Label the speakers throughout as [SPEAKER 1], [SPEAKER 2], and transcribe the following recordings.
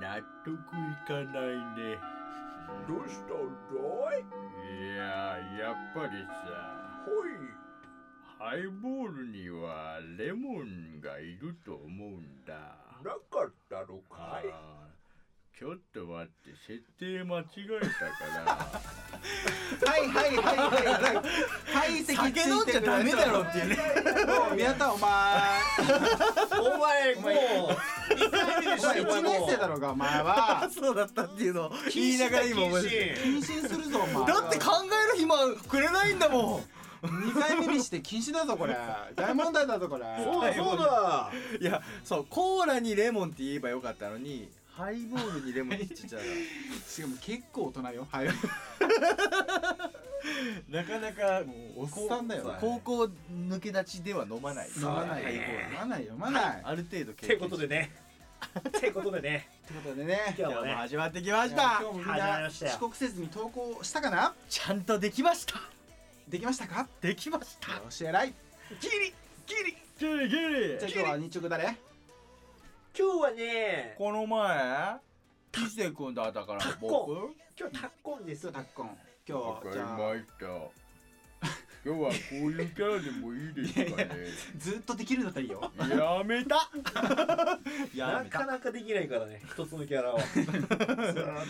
[SPEAKER 1] 納得いかないね
[SPEAKER 2] どうしたんだい
[SPEAKER 1] いやーやっぱりさ
[SPEAKER 2] ほい
[SPEAKER 1] ハイボールにはレモンがいると思うんだ
[SPEAKER 2] なかったのかい
[SPEAKER 1] あーちょっと待って設定間違えたから
[SPEAKER 3] はいはいはいはいはい解析ついて
[SPEAKER 4] 酒飲んじゃダメだろっていうね
[SPEAKER 3] 宮田お前
[SPEAKER 4] お前もう2回目で
[SPEAKER 3] お
[SPEAKER 4] しょ
[SPEAKER 3] 前1年生だろうがお前は
[SPEAKER 4] そうだったっていうのを言いながら今思い出し
[SPEAKER 3] 謹慎するぞお前
[SPEAKER 4] ただって考える暇くれないんだもん
[SPEAKER 3] 2回目にして禁止だぞこれ大問題だぞこれ
[SPEAKER 2] そうそうだ
[SPEAKER 4] いやそうコーラにレモンって言えばよかったのにハイボールにレモンって言っちゃっ
[SPEAKER 3] しかも結構大人よはい
[SPEAKER 4] た なかなかもう
[SPEAKER 3] おっさんだよね
[SPEAKER 4] 高校抜け立ちでは飲まない
[SPEAKER 3] 飲まないよ飲まないよ飲まない
[SPEAKER 4] ある程度経
[SPEAKER 2] てことでねてことでね
[SPEAKER 3] ってことでね
[SPEAKER 2] 今日
[SPEAKER 4] も
[SPEAKER 2] は
[SPEAKER 4] う
[SPEAKER 2] ね
[SPEAKER 4] 始まってきま
[SPEAKER 3] い
[SPEAKER 4] し
[SPEAKER 3] や
[SPEAKER 4] た
[SPEAKER 3] 今日もみん
[SPEAKER 2] 始まり
[SPEAKER 3] な
[SPEAKER 2] ましたよ
[SPEAKER 3] 遅刻せずに投稿したかな
[SPEAKER 4] ちゃんとできました
[SPEAKER 3] できましたかよ
[SPEAKER 4] できました
[SPEAKER 3] し偉い
[SPEAKER 2] ギリギリ
[SPEAKER 4] ギリギ
[SPEAKER 3] じゃあ今日は
[SPEAKER 4] リ
[SPEAKER 3] 日直誰
[SPEAKER 2] 今日はね
[SPEAKER 4] この前伊勢君だったから
[SPEAKER 2] ッコ
[SPEAKER 4] 僕
[SPEAKER 2] 今日タッコンですよ
[SPEAKER 3] タッコン
[SPEAKER 1] わか
[SPEAKER 3] 今日
[SPEAKER 1] り
[SPEAKER 3] じゃあ
[SPEAKER 1] ま した今日はこういうキャラでもいいですかね
[SPEAKER 3] ずっとできるんだったらいいよ
[SPEAKER 1] やめた
[SPEAKER 2] な
[SPEAKER 4] やめ
[SPEAKER 2] か
[SPEAKER 4] た
[SPEAKER 2] なかできないからね一つのキャラをずー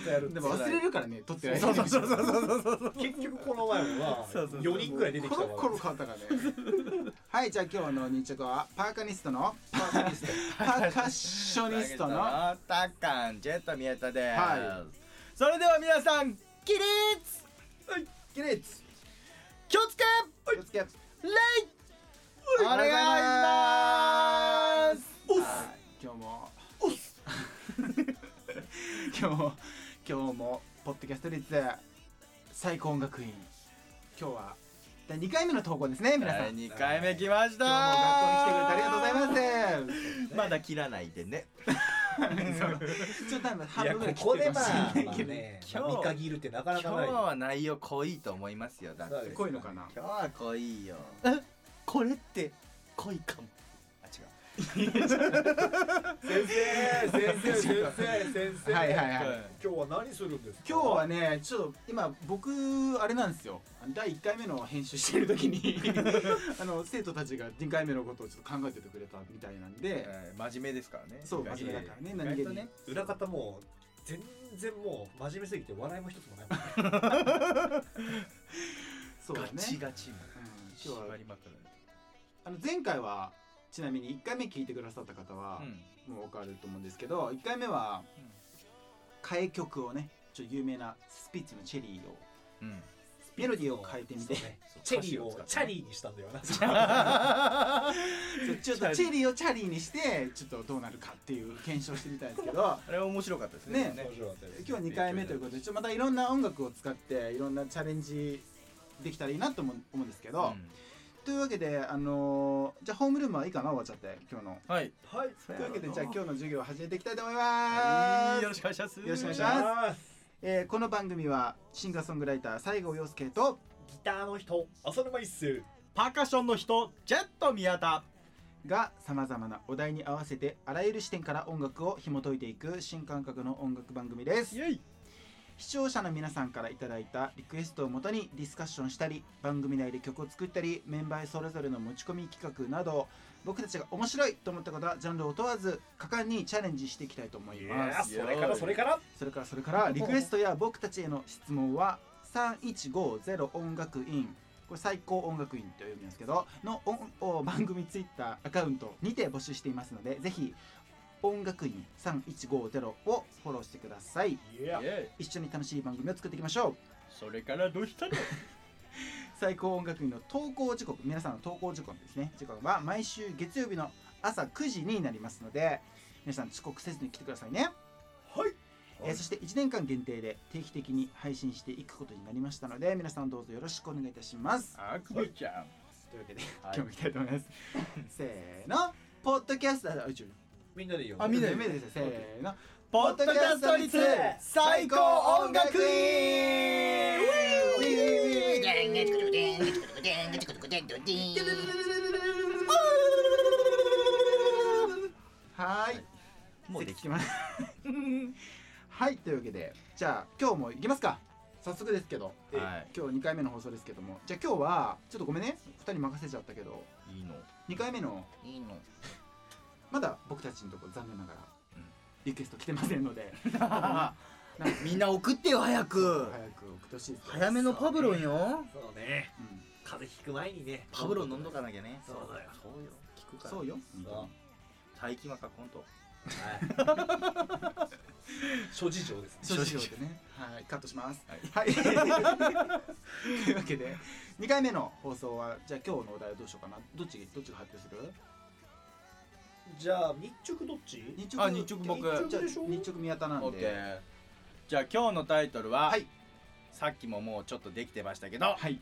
[SPEAKER 2] っとやる
[SPEAKER 3] でも忘れるからね撮ってない
[SPEAKER 4] そうそうそうそうそうそうそう
[SPEAKER 2] 結局この前もな
[SPEAKER 4] そうそう
[SPEAKER 2] 4人くらい出てきた
[SPEAKER 3] コ
[SPEAKER 2] か
[SPEAKER 3] ロ
[SPEAKER 2] ら
[SPEAKER 3] コロ変わったからねはいじゃあ今日の日直はパーカニストのパーカニストパーカッショニストのは
[SPEAKER 4] タッカンジェット宮田です、
[SPEAKER 3] は
[SPEAKER 4] それでは皆さん起立
[SPEAKER 3] いキレイツ
[SPEAKER 4] 気をつけ
[SPEAKER 3] 気をつけ
[SPEAKER 4] 礼
[SPEAKER 3] お
[SPEAKER 4] お願いします
[SPEAKER 3] おっ今日もおっ今日も今日もポッドキャスト率最高音楽院今日は第2回目の投稿ですね皆さん
[SPEAKER 4] 第2回目来ました
[SPEAKER 3] 今日も学校に来てくれてありがとうございます
[SPEAKER 4] まだ切らないでね
[SPEAKER 3] すちょっと多分
[SPEAKER 2] い
[SPEAKER 3] 半
[SPEAKER 2] や
[SPEAKER 3] 分ぐら
[SPEAKER 2] こ
[SPEAKER 3] い切
[SPEAKER 2] こで
[SPEAKER 3] ってる
[SPEAKER 2] ま
[SPEAKER 3] かもし
[SPEAKER 2] あ
[SPEAKER 3] れ
[SPEAKER 2] ま
[SPEAKER 3] な
[SPEAKER 2] あね
[SPEAKER 3] いけどね
[SPEAKER 2] 見限るってなかな
[SPEAKER 4] 今
[SPEAKER 2] か
[SPEAKER 4] 日
[SPEAKER 2] ない
[SPEAKER 4] は内容濃いと思いますよだっ
[SPEAKER 2] そう
[SPEAKER 4] て
[SPEAKER 2] です
[SPEAKER 3] 濃いのかな
[SPEAKER 4] 今日は濃いよえこれって濃いかもあ違う
[SPEAKER 2] 先生先生先生先生
[SPEAKER 3] はいはいはい
[SPEAKER 2] 今日は何するんですか
[SPEAKER 3] 今日はねちょっと今僕あれなんですよ第1回目の編集してる時 にあの生徒たちが2回目のことをちょっと考えててくれたみたいなんで、
[SPEAKER 4] えー真面目ですからね
[SPEAKER 3] そう
[SPEAKER 4] 意外
[SPEAKER 3] 真
[SPEAKER 4] と
[SPEAKER 3] 面目だからね
[SPEAKER 4] 意外と
[SPEAKER 3] 何気に
[SPEAKER 2] 裏方もう全然もう真面目すぎて笑いも一つもないもんね
[SPEAKER 3] そうだね
[SPEAKER 4] ガチガチも
[SPEAKER 3] うん今日
[SPEAKER 4] 縛
[SPEAKER 3] は
[SPEAKER 4] りまくられて
[SPEAKER 3] あの前回はちなみに1回目聞いてくださった方は、もう分かると思うんですけど1回目は
[SPEAKER 4] うん
[SPEAKER 3] 替え曲をねちょっと有名なスピッツの「チェリー」を
[SPEAKER 4] うんうん
[SPEAKER 3] メロディーを変えてみて
[SPEAKER 2] そうねチェリーを
[SPEAKER 4] 歌詞を使ってね
[SPEAKER 2] チャリーにしたんだよな
[SPEAKER 3] そう ちょっとチェリーをチャリーにしてちょっとどうなるかっていう検証してみたいんですけど
[SPEAKER 4] あれは面白かったですね。
[SPEAKER 3] ね
[SPEAKER 2] 面白かったです
[SPEAKER 3] 今日2回目ということでちょっとまたいろんな音楽を使っていろんなチャレンジできたらいいなとも思うんですけど、というわけであのーじゃあホームルームはいいかな終わっちゃって今日の
[SPEAKER 4] はい。
[SPEAKER 2] はい
[SPEAKER 3] というわけでじゃあ今日の授業を始めていきたいと思い
[SPEAKER 4] は
[SPEAKER 3] ま
[SPEAKER 4] い。
[SPEAKER 3] す、
[SPEAKER 4] よろしくお願いします。
[SPEAKER 3] よろしくお願いします
[SPEAKER 2] あ
[SPEAKER 3] えーこの番組はシンガーソングライター西郷陽介と
[SPEAKER 2] ーギターの人浅沼一世
[SPEAKER 4] パーカッションの人、ジェット宮田。
[SPEAKER 3] がさまざまなお題に合わせてあらゆる視点から音楽を紐解いていく新感覚の音楽番組です
[SPEAKER 4] イェイ。
[SPEAKER 3] 視聴者の皆さんからいただいたリクエストをもとにディスカッションしたり番組内で曲を作ったりメンバーそれぞれの持ち込み企画など僕たちが面白いと思ったことはジャンルを問わず果敢にチャレンジしていきたいと思い
[SPEAKER 2] い
[SPEAKER 3] ま
[SPEAKER 2] や
[SPEAKER 3] す
[SPEAKER 2] それからそれから
[SPEAKER 3] それからそれからリクエストや僕たちへの質問は3150音楽院これ最高音楽院と呼びますけどのおお番組ツイッターアカウントにて募集していますのでぜひ音楽院3150をフォローしてください
[SPEAKER 2] いや
[SPEAKER 3] 一緒に楽しい番組を作っていきましょう
[SPEAKER 1] それからどうしたの
[SPEAKER 3] 最高音楽院の投稿時刻皆さんの投稿時刻ですね時刻は毎週月曜日の朝9時になりますので皆さん遅刻せずに来てくださいね
[SPEAKER 2] はい
[SPEAKER 3] えーそして1年間限定で定期的に配信していくことになりましたので皆さんどうぞよろしくお願いいたします
[SPEAKER 1] あくびちゃん
[SPEAKER 3] というわけで、
[SPEAKER 1] はい
[SPEAKER 3] 今日もいきたいと思いますせーのポッドキャスターあちょ
[SPEAKER 2] みんなでいいよ
[SPEAKER 4] あみんなで
[SPEAKER 3] 目ですよせーの
[SPEAKER 4] ポッドキャスト率最高音楽院。
[SPEAKER 3] ウィーウィーウィーウィー
[SPEAKER 5] Ding.
[SPEAKER 3] はーい、
[SPEAKER 1] もうでき
[SPEAKER 3] てます はいというわけでじゃあ今日も行きますか早速ですけど、
[SPEAKER 2] え
[SPEAKER 1] は
[SPEAKER 3] 今日2回目の放送ですけどもじゃあ今日はちょっとごめんね2人に任せちゃったけど
[SPEAKER 1] いいいの
[SPEAKER 3] 2回目の
[SPEAKER 1] いいの
[SPEAKER 3] まだ僕たちのところ残念ながら
[SPEAKER 1] うん
[SPEAKER 3] リクエスト来てませんので
[SPEAKER 4] みんな送ってよ早
[SPEAKER 3] 早
[SPEAKER 4] く
[SPEAKER 3] く送ってほしいですね
[SPEAKER 4] 早めのパブロンよ
[SPEAKER 2] そうね
[SPEAKER 3] うん
[SPEAKER 2] 風邪ひく前にね
[SPEAKER 4] パブロン飲んどかなきゃね
[SPEAKER 2] そうだよ
[SPEAKER 4] そうよ聞くから
[SPEAKER 3] そうよ
[SPEAKER 2] そ
[SPEAKER 4] 大気魔かコント
[SPEAKER 2] う諸事情ですね
[SPEAKER 3] 諸事情でねはいカットしますはい、というわけで2回目の放送はじゃあ今日のお題はどうしようかなどっちどっちが発表する
[SPEAKER 2] じゃあ日直どっち
[SPEAKER 3] 日
[SPEAKER 4] あ日直僕
[SPEAKER 3] じゃあ
[SPEAKER 2] 日直でしょ
[SPEAKER 3] 日直宮田なん
[SPEAKER 4] オッケ
[SPEAKER 3] で
[SPEAKER 4] ーじゃあ今日のタイトルは、
[SPEAKER 3] はい
[SPEAKER 4] さっきももうちょっとできてましたけど
[SPEAKER 3] はい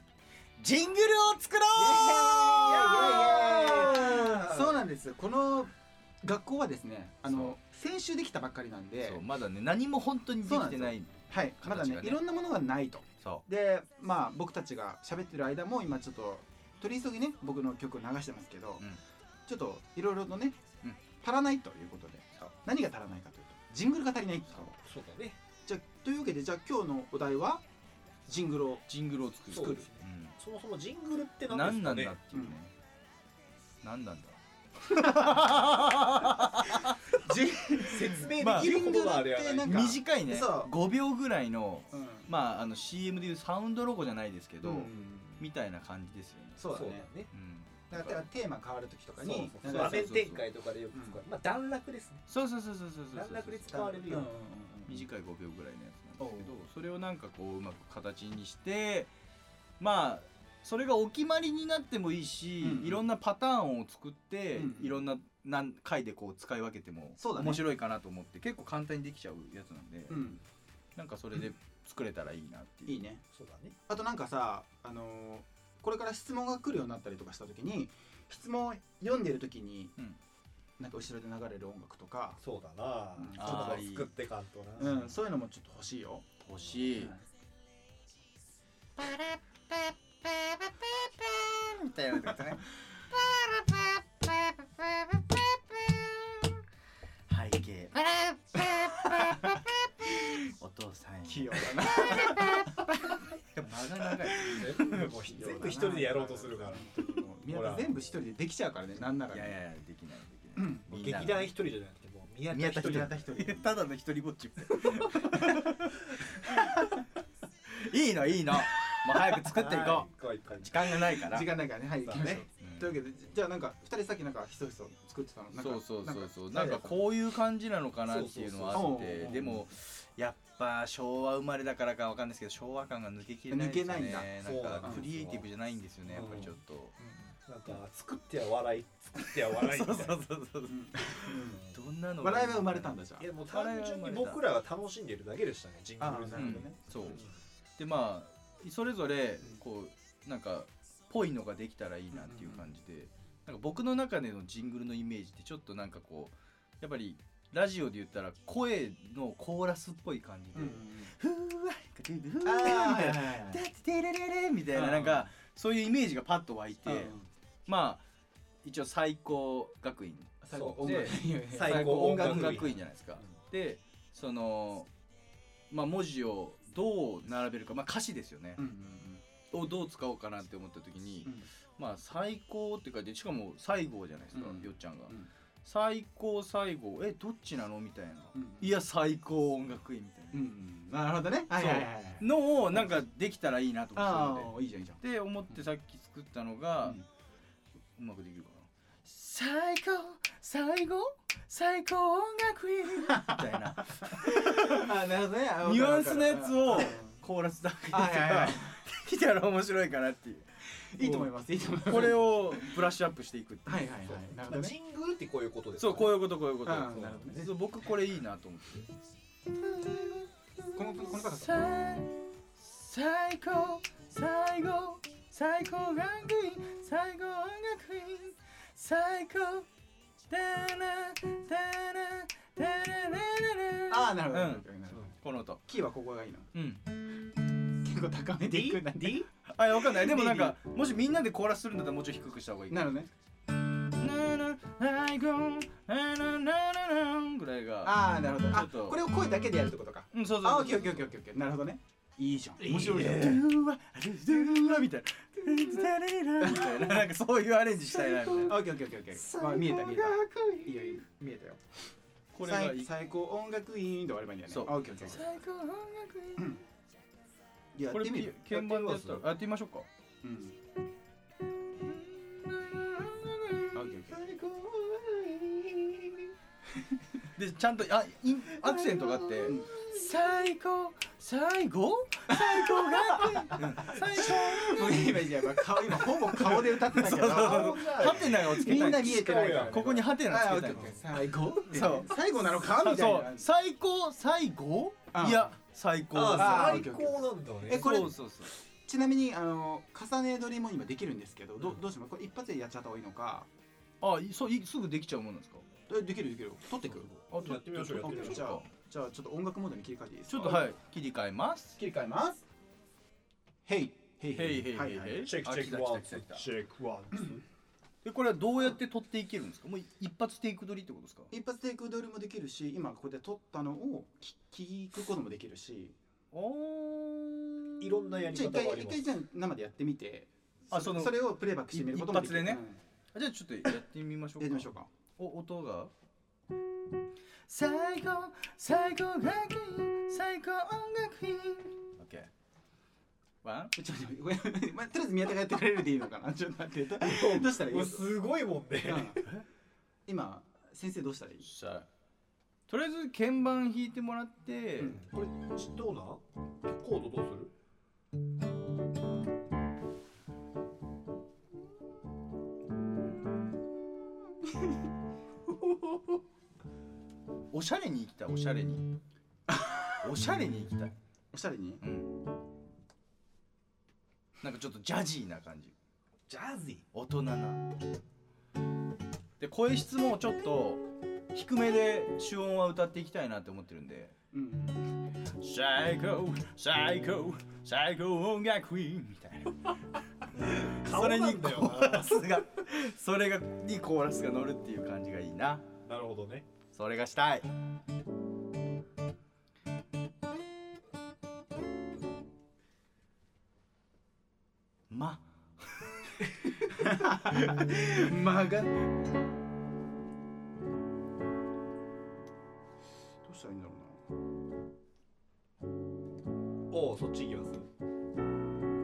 [SPEAKER 4] ジングルを作ろう
[SPEAKER 3] そうなんですこの学校はですねあの先週できたばっかりなんで
[SPEAKER 4] そうまだね何も本当にできてない
[SPEAKER 3] はいまだ
[SPEAKER 4] 形
[SPEAKER 3] ね
[SPEAKER 4] がね
[SPEAKER 3] いろんなものがないと
[SPEAKER 4] そ
[SPEAKER 3] でまあ僕たちが喋ってる間も今ちょっと取り急ぎね僕の曲を流してますけど、
[SPEAKER 4] うん
[SPEAKER 3] ちょっといろいろとね、
[SPEAKER 4] うん
[SPEAKER 3] 足らないということで
[SPEAKER 4] そう
[SPEAKER 3] 何が足らないかというとジングルが足りない
[SPEAKER 2] そうだね
[SPEAKER 3] じゃあというわけでじゃあ今日のお題はジングルを
[SPEAKER 4] うジングルを作る
[SPEAKER 2] そうですねそもそもジングルって
[SPEAKER 4] うん、
[SPEAKER 2] 何です
[SPEAKER 4] 何な
[SPEAKER 2] か
[SPEAKER 4] んだ
[SPEAKER 2] ね
[SPEAKER 4] っていうね、何なんだ
[SPEAKER 2] 説明で
[SPEAKER 4] まあ
[SPEAKER 2] きることがあれや
[SPEAKER 3] ジングルって
[SPEAKER 2] な
[SPEAKER 3] ないんか
[SPEAKER 4] 短いね
[SPEAKER 3] そう
[SPEAKER 4] 5秒ぐらいの
[SPEAKER 3] うん、
[SPEAKER 4] まああの CM でいうサウンドロゴじゃないですけど、
[SPEAKER 3] うん
[SPEAKER 4] みたいな感じですよね
[SPEAKER 3] そうだね
[SPEAKER 2] ね
[SPEAKER 4] うん
[SPEAKER 3] だからテーマ変わる時とか
[SPEAKER 2] そう
[SPEAKER 3] に
[SPEAKER 2] そう
[SPEAKER 3] なん
[SPEAKER 2] 場
[SPEAKER 3] か
[SPEAKER 4] そう
[SPEAKER 2] 面展開とかでよく使うまあ段落ですね
[SPEAKER 4] そうそうそうそうそうそう
[SPEAKER 2] 段落で使
[SPEAKER 3] 伝
[SPEAKER 2] わ
[SPEAKER 3] わ
[SPEAKER 2] れ
[SPEAKER 3] る
[SPEAKER 2] る
[SPEAKER 3] よ
[SPEAKER 2] よう
[SPEAKER 3] うに
[SPEAKER 2] な
[SPEAKER 4] 短い5秒ぐらいのやつなんですけ
[SPEAKER 3] お
[SPEAKER 4] どそれをなんかこううまく形にしてまあそれがお決まりになってもいいし、
[SPEAKER 3] うんうん
[SPEAKER 4] いろんなパターンを作って、
[SPEAKER 3] うんうん
[SPEAKER 4] いろんな何回でこう使い分けても
[SPEAKER 3] そうだね
[SPEAKER 4] 面白いかなと思って、結構簡単にできちゃうやつなんで、
[SPEAKER 3] うんうん
[SPEAKER 4] なんかそれで作れたらいいなっていう
[SPEAKER 3] いいね
[SPEAKER 2] そうだね
[SPEAKER 3] あとなんかさあのーこれから質問が来るようになったりとかした時に質問を読んでる時に、
[SPEAKER 4] うん
[SPEAKER 3] なんか後ろで流れる音楽とか、
[SPEAKER 2] そうだな
[SPEAKER 3] うん
[SPEAKER 2] ちょっと作ってかんと
[SPEAKER 3] う、
[SPEAKER 2] なん
[SPEAKER 3] そういうのもちょっと欲しいよ。
[SPEAKER 4] 欲し
[SPEAKER 3] う
[SPEAKER 4] い、
[SPEAKER 3] ん
[SPEAKER 4] みたいなや つね背景お父さん
[SPEAKER 3] 器
[SPEAKER 4] へ
[SPEAKER 3] 用だ な。
[SPEAKER 4] 間が長い
[SPEAKER 2] 全部もう全部一人でやろうとするから
[SPEAKER 3] 本当にもう。宮
[SPEAKER 2] ほ
[SPEAKER 3] 田
[SPEAKER 2] ら
[SPEAKER 3] 全部一人でできちゃうからね、なんなら
[SPEAKER 4] い
[SPEAKER 3] ね。
[SPEAKER 4] やいやいやできないでき
[SPEAKER 3] う
[SPEAKER 4] ない
[SPEAKER 3] ん。
[SPEAKER 2] もう
[SPEAKER 4] みんな
[SPEAKER 2] 劇団一人じゃなくてもう宮
[SPEAKER 4] 宮
[SPEAKER 2] 田
[SPEAKER 4] 田
[SPEAKER 2] 一
[SPEAKER 4] 一
[SPEAKER 2] 人
[SPEAKER 4] 人
[SPEAKER 3] 宮田一人。
[SPEAKER 4] ただの一人ぼっち いいのいいのもう早く作っていこ
[SPEAKER 2] うはいこういう
[SPEAKER 4] 時間がないから
[SPEAKER 3] 時間ないからね、はい、行きましょう。
[SPEAKER 4] うん
[SPEAKER 3] というわけで、じゃあなんか二人さっきなんかひそひそ作ってたの。なんか
[SPEAKER 4] そうそうそうそう
[SPEAKER 3] な
[SPEAKER 4] なんん
[SPEAKER 3] か
[SPEAKER 4] かこういう感じなのかなっていうのはあっ
[SPEAKER 3] そうそうそう
[SPEAKER 4] てでもやっぱ昭和生まれだからかわかんないですけど昭和感が抜けきれないです
[SPEAKER 3] 抜け
[SPEAKER 4] よね
[SPEAKER 3] ないい
[SPEAKER 4] ん
[SPEAKER 2] だそ
[SPEAKER 4] なん
[SPEAKER 2] う
[SPEAKER 4] か
[SPEAKER 2] なんですよ
[SPEAKER 4] クリエイティブじゃないんですよねやっぱりちょっと
[SPEAKER 2] なんか作っては笑い作っては笑い
[SPEAKER 4] そ
[SPEAKER 2] みた
[SPEAKER 4] う
[SPEAKER 2] い
[SPEAKER 4] そ
[SPEAKER 2] な
[SPEAKER 4] うそうそう
[SPEAKER 3] うん
[SPEAKER 4] どんなのが
[SPEAKER 3] 笑いは生まれたんだじゃあ
[SPEAKER 2] い。やもう単純に僕らが楽しんでるだけでしたねジングル
[SPEAKER 3] あ
[SPEAKER 4] う
[SPEAKER 3] ーなるほど
[SPEAKER 4] ん
[SPEAKER 3] ね
[SPEAKER 4] そう
[SPEAKER 2] うん
[SPEAKER 4] でまあそれぞれこうなんかぽいのができたらいいなっていう感じで、なんか僕の中でのジングルのイメージってちょっとなんかこうやっぱりラジオで言ったら声のコーラスっぽい感じで
[SPEAKER 3] うん
[SPEAKER 4] 「ふーわふー
[SPEAKER 3] あ
[SPEAKER 4] わ」
[SPEAKER 3] あ、は
[SPEAKER 4] みた
[SPEAKER 3] い
[SPEAKER 4] い
[SPEAKER 3] は
[SPEAKER 4] ない「
[SPEAKER 3] は い
[SPEAKER 4] てってれれれ」みたい
[SPEAKER 3] うん
[SPEAKER 4] ななんかそういうイメージがパッと湧いて、
[SPEAKER 3] うん
[SPEAKER 4] まあ一応最高学院
[SPEAKER 3] 最後
[SPEAKER 2] そう
[SPEAKER 3] 音楽
[SPEAKER 4] で
[SPEAKER 3] いやいや
[SPEAKER 2] 最高音楽院
[SPEAKER 4] 最院じゃないですか、でそのまあ文字をどう並べるかまあ歌詞ですよね、
[SPEAKER 3] うんうん
[SPEAKER 4] をどう使おうかなって思った時に、
[SPEAKER 3] うんうん
[SPEAKER 4] まあ最高って書いてしかも最後じゃないですか、
[SPEAKER 3] うん
[SPEAKER 4] よっちゃんが、
[SPEAKER 3] うん
[SPEAKER 4] 最高最後えどっちなのみたいな、
[SPEAKER 3] うん
[SPEAKER 4] いや最高音楽院みたい
[SPEAKER 3] うんうんなるほどね。はいはいはいはい。
[SPEAKER 4] なのをなんかできたらいいなと思って
[SPEAKER 3] ああ、いいじゃんいいじゃん。
[SPEAKER 4] でで思ってさっき作ったのが、
[SPEAKER 3] うん
[SPEAKER 4] うまくできるかな最高最後最高音楽院みたいな
[SPEAKER 3] あーなるほどね。あ
[SPEAKER 4] ニュアンスのやつを
[SPEAKER 3] うん
[SPEAKER 4] コーラスだけと
[SPEAKER 3] はいはいは
[SPEAKER 4] かできたら面白いかなっていう
[SPEAKER 3] い。いいと思います。いいと思います。
[SPEAKER 4] これをブラッシュアップしていくっていう
[SPEAKER 3] はいはいはい
[SPEAKER 2] そう。
[SPEAKER 3] な
[SPEAKER 2] ま
[SPEAKER 3] るほ
[SPEAKER 2] あ
[SPEAKER 3] どね。
[SPEAKER 2] ジングルってこういうことです
[SPEAKER 4] そうこう
[SPEAKER 2] い
[SPEAKER 4] いうことこういうこと、
[SPEAKER 3] うん
[SPEAKER 4] そう
[SPEAKER 3] なるほどね
[SPEAKER 4] そう僕これいいなと思って
[SPEAKER 3] このこの高さ。
[SPEAKER 4] 最最高最高最高ランクイン最高音楽イン最高ダラダラダラダラ
[SPEAKER 3] ああ、なるほど
[SPEAKER 4] う
[SPEAKER 3] なる
[SPEAKER 4] ん
[SPEAKER 3] ほど。なるほど
[SPEAKER 4] この音
[SPEAKER 3] キーはここがいいの。
[SPEAKER 4] うん
[SPEAKER 3] 結構高めていくんだね。
[SPEAKER 2] D?
[SPEAKER 4] あわかんないでもなんかもしみんなでコーラスするんだったらもうちょい低くした方がいい
[SPEAKER 3] なるほどね。
[SPEAKER 4] なな I go, na na na na na ぐらいが。
[SPEAKER 3] ああなるほど
[SPEAKER 4] ちょ
[SPEAKER 3] あ
[SPEAKER 4] っと
[SPEAKER 3] これを声だけでやるってことか
[SPEAKER 4] うん、そうそ
[SPEAKER 3] あ
[SPEAKER 4] うそ
[SPEAKER 3] オ
[SPEAKER 4] う
[SPEAKER 3] ッケーオッケーオッケーオッケーなるほどねいいじゃん面
[SPEAKER 4] 面白
[SPEAKER 3] 白いじ
[SPEAKER 4] いじ
[SPEAKER 3] ゃ
[SPEAKER 4] ゃ
[SPEAKER 3] ん
[SPEAKER 4] ん。ドゥーワ、ドゥーワみたいな。ドゥーワみたいな。なんかそういうアレンジしたいなみたいな。
[SPEAKER 3] オッケーオッケーオッケーオッケー、まあ、見えた見えたいいよいいよ見えたよ
[SPEAKER 4] これがい
[SPEAKER 3] 最
[SPEAKER 4] い。
[SPEAKER 3] 最高音楽院で終わればいいんだよね
[SPEAKER 4] そう
[SPEAKER 3] あオッケーオッケーオッケ
[SPEAKER 4] 最高音楽院
[SPEAKER 3] ーや
[SPEAKER 4] こ
[SPEAKER 3] っ
[SPEAKER 4] れ
[SPEAKER 3] てみる
[SPEAKER 4] ピ鍵盤でやったらやってみましょうか。
[SPEAKER 3] うんオッケーオッケー
[SPEAKER 4] でちゃんとあインアクセントがあって
[SPEAKER 3] ん
[SPEAKER 4] 最高最高最高があってうん最
[SPEAKER 3] もう今いいじゃんまあ顔今ほぼ顔で歌ってたけど
[SPEAKER 4] そうそうそう高ハテナをつけ
[SPEAKER 3] み
[SPEAKER 4] た
[SPEAKER 3] んない見えてないから
[SPEAKER 4] ここにハテナ
[SPEAKER 3] あオ
[SPEAKER 4] つ
[SPEAKER 3] ッケ
[SPEAKER 4] けた
[SPEAKER 3] ー
[SPEAKER 4] い
[SPEAKER 3] オッケー最高
[SPEAKER 4] そう
[SPEAKER 3] 最後なのか
[SPEAKER 4] あ
[SPEAKER 3] みたい
[SPEAKER 4] そ
[SPEAKER 3] な
[SPEAKER 4] う最高最高
[SPEAKER 3] うん
[SPEAKER 4] いや最高
[SPEAKER 2] あ
[SPEAKER 3] あー
[SPEAKER 2] 最高なんだ
[SPEAKER 3] え
[SPEAKER 2] ね
[SPEAKER 3] これ
[SPEAKER 4] そうそうそう
[SPEAKER 3] ちなみにあの重ね撮りも今できるんですけどどどうしますこれ一発でやっちゃった方がいいのか
[SPEAKER 4] あいそういすぐできちゃうもんなんですか
[SPEAKER 3] えできるできる撮ってく
[SPEAKER 4] あ
[SPEAKER 2] やってみましょう
[SPEAKER 4] ち
[SPEAKER 2] や
[SPEAKER 4] ょ
[SPEAKER 2] ってみま
[SPEAKER 3] じ
[SPEAKER 2] し
[SPEAKER 3] ゃ
[SPEAKER 2] ょ
[SPEAKER 3] あじゃあちょっと音楽モードに切り替えていいです
[SPEAKER 4] ちょ
[SPEAKER 3] か
[SPEAKER 4] っとはい切り替えます
[SPEAKER 3] 切り替えますヘイヘイ
[SPEAKER 4] へいへいへい
[SPEAKER 3] はいは
[SPEAKER 4] へ
[SPEAKER 3] い
[SPEAKER 4] い
[SPEAKER 2] チェックチェック
[SPEAKER 4] あ
[SPEAKER 2] ワ
[SPEAKER 4] 来た
[SPEAKER 2] ン
[SPEAKER 4] 来
[SPEAKER 2] ツ
[SPEAKER 4] た来た
[SPEAKER 2] ー
[SPEAKER 4] 来
[SPEAKER 2] チ
[SPEAKER 4] た
[SPEAKER 2] ェックワンツー
[SPEAKER 4] でこれはどうやって取っていけるんですかもう一発テイク取りってことですか
[SPEAKER 3] 一発テイク撮りもできるし今ここで撮ったのを聞聞くこともできるし
[SPEAKER 4] お
[SPEAKER 2] いろんなやり
[SPEAKER 3] じゃあ
[SPEAKER 2] 方
[SPEAKER 3] 一
[SPEAKER 2] があり
[SPEAKER 3] 回一
[SPEAKER 2] ま
[SPEAKER 3] 回
[SPEAKER 2] す
[SPEAKER 3] じゃあ生でやってみて
[SPEAKER 4] あ
[SPEAKER 3] そ
[SPEAKER 4] その
[SPEAKER 3] それをプレイバックしてみることもできる
[SPEAKER 4] 一発でね
[SPEAKER 3] うん
[SPEAKER 4] じゃあちょっとやってみましょう
[SPEAKER 3] や
[SPEAKER 4] か
[SPEAKER 3] ってみましょうか
[SPEAKER 4] お音が最高最高学院最高音楽院 OK ワン
[SPEAKER 3] ちょっと待ってごめんまあとりあえず宮田がやってくれるでいいのかなちょっと待ってどどうしたらいい
[SPEAKER 2] もうすごいもんね
[SPEAKER 3] うん今先生どうしたらいい
[SPEAKER 4] しゃとりあえず鍵盤弾いてもらって、
[SPEAKER 3] うん
[SPEAKER 2] これどうなんコードどうする
[SPEAKER 4] おしゃれに行きたいおしゃ れにおしゃれに行きたい、
[SPEAKER 3] おしゃれに
[SPEAKER 4] うん、なんかちょっとジャジーな感じ
[SPEAKER 2] ジャズィ
[SPEAKER 4] 大人なで声質もちょっと低めで主音は歌っていきたいなって思ってるんで
[SPEAKER 3] うん
[SPEAKER 4] 最高最高最高音楽院みたいなそれにコーラスがそれがにコーラスが乗るっていう感じがいいな
[SPEAKER 2] なるほどね
[SPEAKER 4] それがしたいま
[SPEAKER 3] 間がどうしたらいいんだろうな
[SPEAKER 2] おおそっち行きます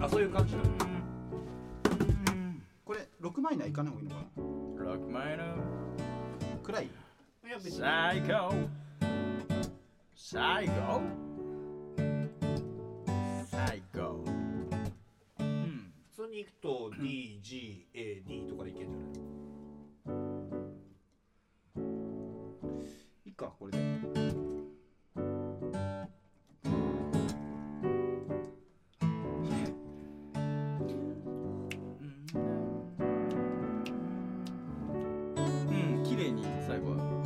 [SPEAKER 2] あそういう感じなの
[SPEAKER 3] これ6枚以内いかない方がいいのか
[SPEAKER 4] ロックマイナ
[SPEAKER 3] な
[SPEAKER 4] ー
[SPEAKER 3] 暗い
[SPEAKER 2] いや別に
[SPEAKER 4] 最高最高最高うん
[SPEAKER 2] 普通に行くと DGAD とかでいけるんじゃない
[SPEAKER 3] いいかこれで
[SPEAKER 4] うん綺麗に最後は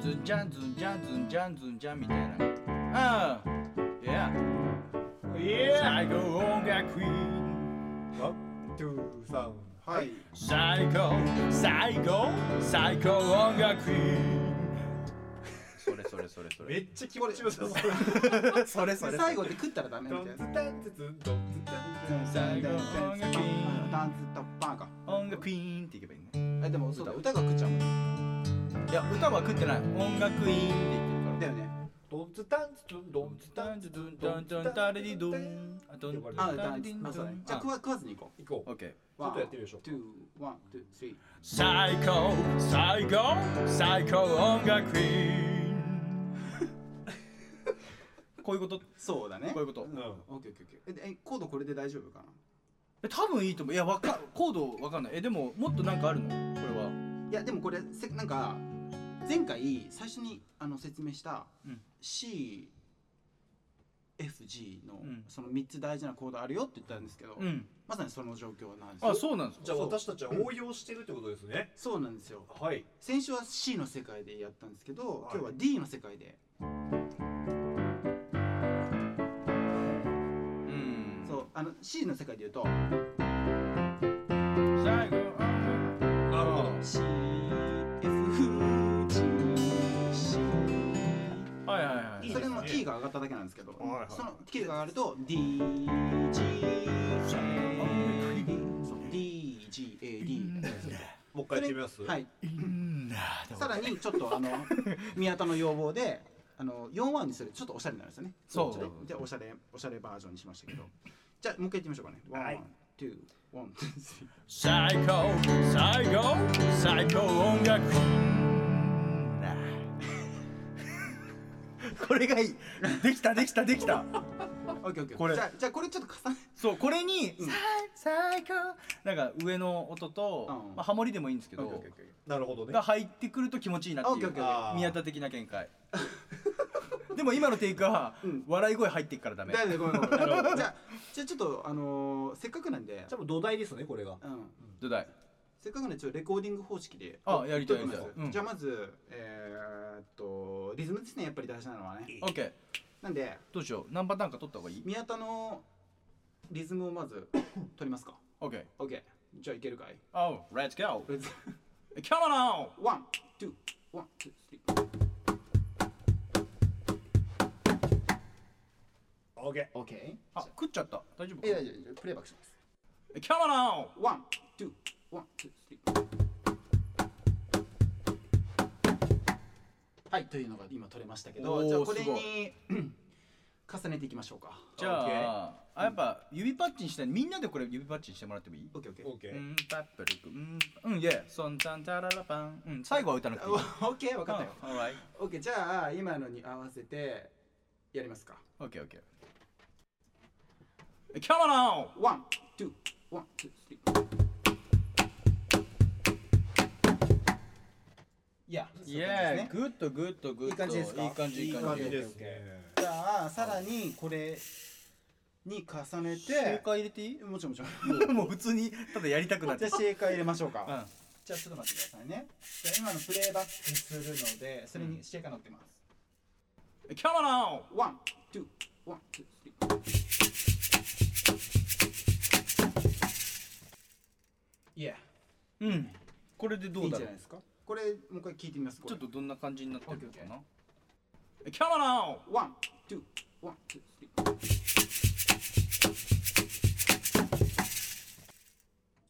[SPEAKER 4] ズンジャンズンジャンズンジャンズンジャンみたいなああいや最高音楽院
[SPEAKER 2] ワン、ツー、サン。
[SPEAKER 3] はい
[SPEAKER 4] 最高最高最高音楽院それそれそれそ
[SPEAKER 2] め
[SPEAKER 4] れ
[SPEAKER 2] っちゃ気持ちよさそう。
[SPEAKER 4] それ
[SPEAKER 3] それ最後で食ったらダメみ
[SPEAKER 2] ド
[SPEAKER 3] たい
[SPEAKER 2] ン
[SPEAKER 3] な
[SPEAKER 2] ツタンツツンドンツタンツン
[SPEAKER 4] 最後音楽
[SPEAKER 3] ダン
[SPEAKER 4] 院
[SPEAKER 3] スタッパーか
[SPEAKER 4] 音楽院っていけばいいね
[SPEAKER 3] えでもそうだ歌が食っちゃうもん
[SPEAKER 4] いや歌は食ってない音楽院って言ってるから
[SPEAKER 3] だよね
[SPEAKER 2] ドンツタンツツンドンツタンツツンドンツタンタレディドン。
[SPEAKER 3] あダンスあそうだねじゃあ食
[SPEAKER 4] わ
[SPEAKER 3] わ食わずに行こ
[SPEAKER 2] 行こう。
[SPEAKER 4] オッケー
[SPEAKER 3] う
[SPEAKER 2] ちょっとやってみましょう
[SPEAKER 3] ワンツーワンツースリ
[SPEAKER 4] 最高最高最高音楽院こういうことこ
[SPEAKER 3] ーそうだね
[SPEAKER 4] ういうこと
[SPEAKER 2] うん。
[SPEAKER 3] オッケーオッケーオッケーえでえコードこれで大丈夫かな
[SPEAKER 4] え多分いいと思ういやわかコードわかんないえでももっとなんかあるのこれはい
[SPEAKER 3] やでもこれせなんか前回最初にあの説明した
[SPEAKER 4] うん
[SPEAKER 3] C FG の
[SPEAKER 4] うん
[SPEAKER 3] その3つ大事なコードあるよって言ったんですけど、
[SPEAKER 4] うん
[SPEAKER 3] まさにその状況なんです
[SPEAKER 4] あ
[SPEAKER 3] よ
[SPEAKER 4] そうなんですか
[SPEAKER 2] じゃあ私たちは応用してるってことですね。
[SPEAKER 3] そうなんですよ
[SPEAKER 2] はい。
[SPEAKER 3] 先週は C の世界でやったんですけど、
[SPEAKER 2] はい
[SPEAKER 3] 今日は D の世界で、
[SPEAKER 4] うん
[SPEAKER 3] そうあの C の世界で言うと
[SPEAKER 4] 最後あ
[SPEAKER 2] なるほど。
[SPEAKER 3] C F G C
[SPEAKER 4] はいはいはい
[SPEAKER 2] いい
[SPEAKER 3] そ
[SPEAKER 2] ね
[SPEAKER 3] れもキーが上がっただけなんですけど、
[SPEAKER 2] はいはい
[SPEAKER 3] そのキーが上がると D G D G A D
[SPEAKER 2] もう一回やってみます。。
[SPEAKER 3] はいい
[SPEAKER 4] うんだ
[SPEAKER 3] さらにちょっとあの宮田の要望であの4話にするとちょっとおしゃれになるんですよね
[SPEAKER 4] そう
[SPEAKER 3] ちょっとじゃあおしゃれおしゃれバージョンにしましたけどじゃあもう一回いってみましょうかねワ
[SPEAKER 2] は
[SPEAKER 3] ン
[SPEAKER 2] い
[SPEAKER 3] ワンツーワンツースリー
[SPEAKER 4] 最高最高最高音楽これがいいできたできたできた
[SPEAKER 3] オッケーオッケー
[SPEAKER 4] これ
[SPEAKER 3] じゃあじゃあこれちょっと重ね
[SPEAKER 4] そうこれに、
[SPEAKER 3] うん
[SPEAKER 4] さ最高なんか上の音と、
[SPEAKER 3] うん
[SPEAKER 4] まあ、ハモリでもいいんですけど、
[SPEAKER 3] オッケーオッケーオッケ
[SPEAKER 2] なるほどね
[SPEAKER 4] が。入ってくると気持ちいいなってい
[SPEAKER 3] オッケ
[SPEAKER 4] う
[SPEAKER 3] ー
[SPEAKER 2] あー
[SPEAKER 4] 宮田的な 見解でも今のテイクは、
[SPEAKER 3] うん
[SPEAKER 4] 笑い声入ってっからダ
[SPEAKER 3] ー
[SPEAKER 4] メ
[SPEAKER 3] だよねごめんごめんじゃあじゃあちょっとあのーせっかくなんで
[SPEAKER 2] じゃあもう土台ですねこれが。
[SPEAKER 3] うん
[SPEAKER 4] どうだい
[SPEAKER 3] せっかくなんでちょっとレコーディング方式で
[SPEAKER 4] あやりたいやりたい
[SPEAKER 3] 撮ってみます
[SPEAKER 4] うん
[SPEAKER 3] じゃあまずえーっとリズムですねやっぱり大事なのはね
[SPEAKER 4] オッケー
[SPEAKER 3] なんで
[SPEAKER 4] どうしよう何パターンか取った方がいい
[SPEAKER 3] 宮田のリズムをま ず取りますか
[SPEAKER 4] オッケー
[SPEAKER 3] オッケーじゃあいけるかい
[SPEAKER 4] おう Let's go
[SPEAKER 3] レッツ
[SPEAKER 4] Come on now
[SPEAKER 3] ワン、ツー、ワン、ツー、スリ
[SPEAKER 2] オッケ
[SPEAKER 3] ー。オッケー。
[SPEAKER 4] あ食っちゃった大丈夫
[SPEAKER 3] え、大丈夫大丈夫、プレイバックします。
[SPEAKER 4] Come on now
[SPEAKER 3] ワン、ツー、ワン、ツー、スリー。はい、というのが今取れましたけ
[SPEAKER 4] お
[SPEAKER 3] ど、
[SPEAKER 4] ー
[SPEAKER 3] じゃあこれ
[SPEAKER 4] すごい
[SPEAKER 3] にうん 重ねていきましょうか。
[SPEAKER 4] じゃあ、あやっぱ指パッチンしたいみんなでこれ指パッチンしてもらってもいい
[SPEAKER 3] オッケーオッケ
[SPEAKER 2] ー。オッケ
[SPEAKER 4] う
[SPEAKER 2] ー。
[SPEAKER 4] んパップルクうんうんイエそんたんたららパンうん最後は歌わ なくていい
[SPEAKER 3] ー。オッケー、分かったよ。
[SPEAKER 4] うん alright
[SPEAKER 3] オッケー、じゃあ今のに合わせてやりますか。
[SPEAKER 4] オッケーオッケー。Come on now!
[SPEAKER 3] ワン、ツー、ワン、ツー、スリー。いや、そういう感じですね
[SPEAKER 4] Yeah! グッドグッドグッド。
[SPEAKER 3] いい感じですか
[SPEAKER 4] いい感じいい
[SPEAKER 3] いい
[SPEAKER 4] 感
[SPEAKER 3] 感
[SPEAKER 4] じ。
[SPEAKER 3] じ
[SPEAKER 4] も
[SPEAKER 2] ですね。
[SPEAKER 3] じゃあさらにこれに重ね
[SPEAKER 4] う一
[SPEAKER 3] て
[SPEAKER 4] 回入れてい
[SPEAKER 3] も ちろんもちろん
[SPEAKER 4] いもう普通にただやりたくなっ
[SPEAKER 3] じゃ
[SPEAKER 4] て
[SPEAKER 3] あ
[SPEAKER 4] きた。
[SPEAKER 3] 正解入れましょうか、
[SPEAKER 4] うん
[SPEAKER 3] じゃあちょっと待ってくださいねじゃあ今のプレイバックするのでそれに正解乗ってます
[SPEAKER 4] Come on now!
[SPEAKER 3] ワンツーワンツースリーいや
[SPEAKER 4] うん。これでど
[SPEAKER 3] いい
[SPEAKER 4] うん
[SPEAKER 3] じ
[SPEAKER 4] だ
[SPEAKER 3] ゃ
[SPEAKER 4] ろ
[SPEAKER 3] な
[SPEAKER 4] う
[SPEAKER 3] いですかこれもう一回聞いてみます
[SPEAKER 4] ちょっとどんな感じになってるのかな Come on now!
[SPEAKER 3] ワンツーワンツースリー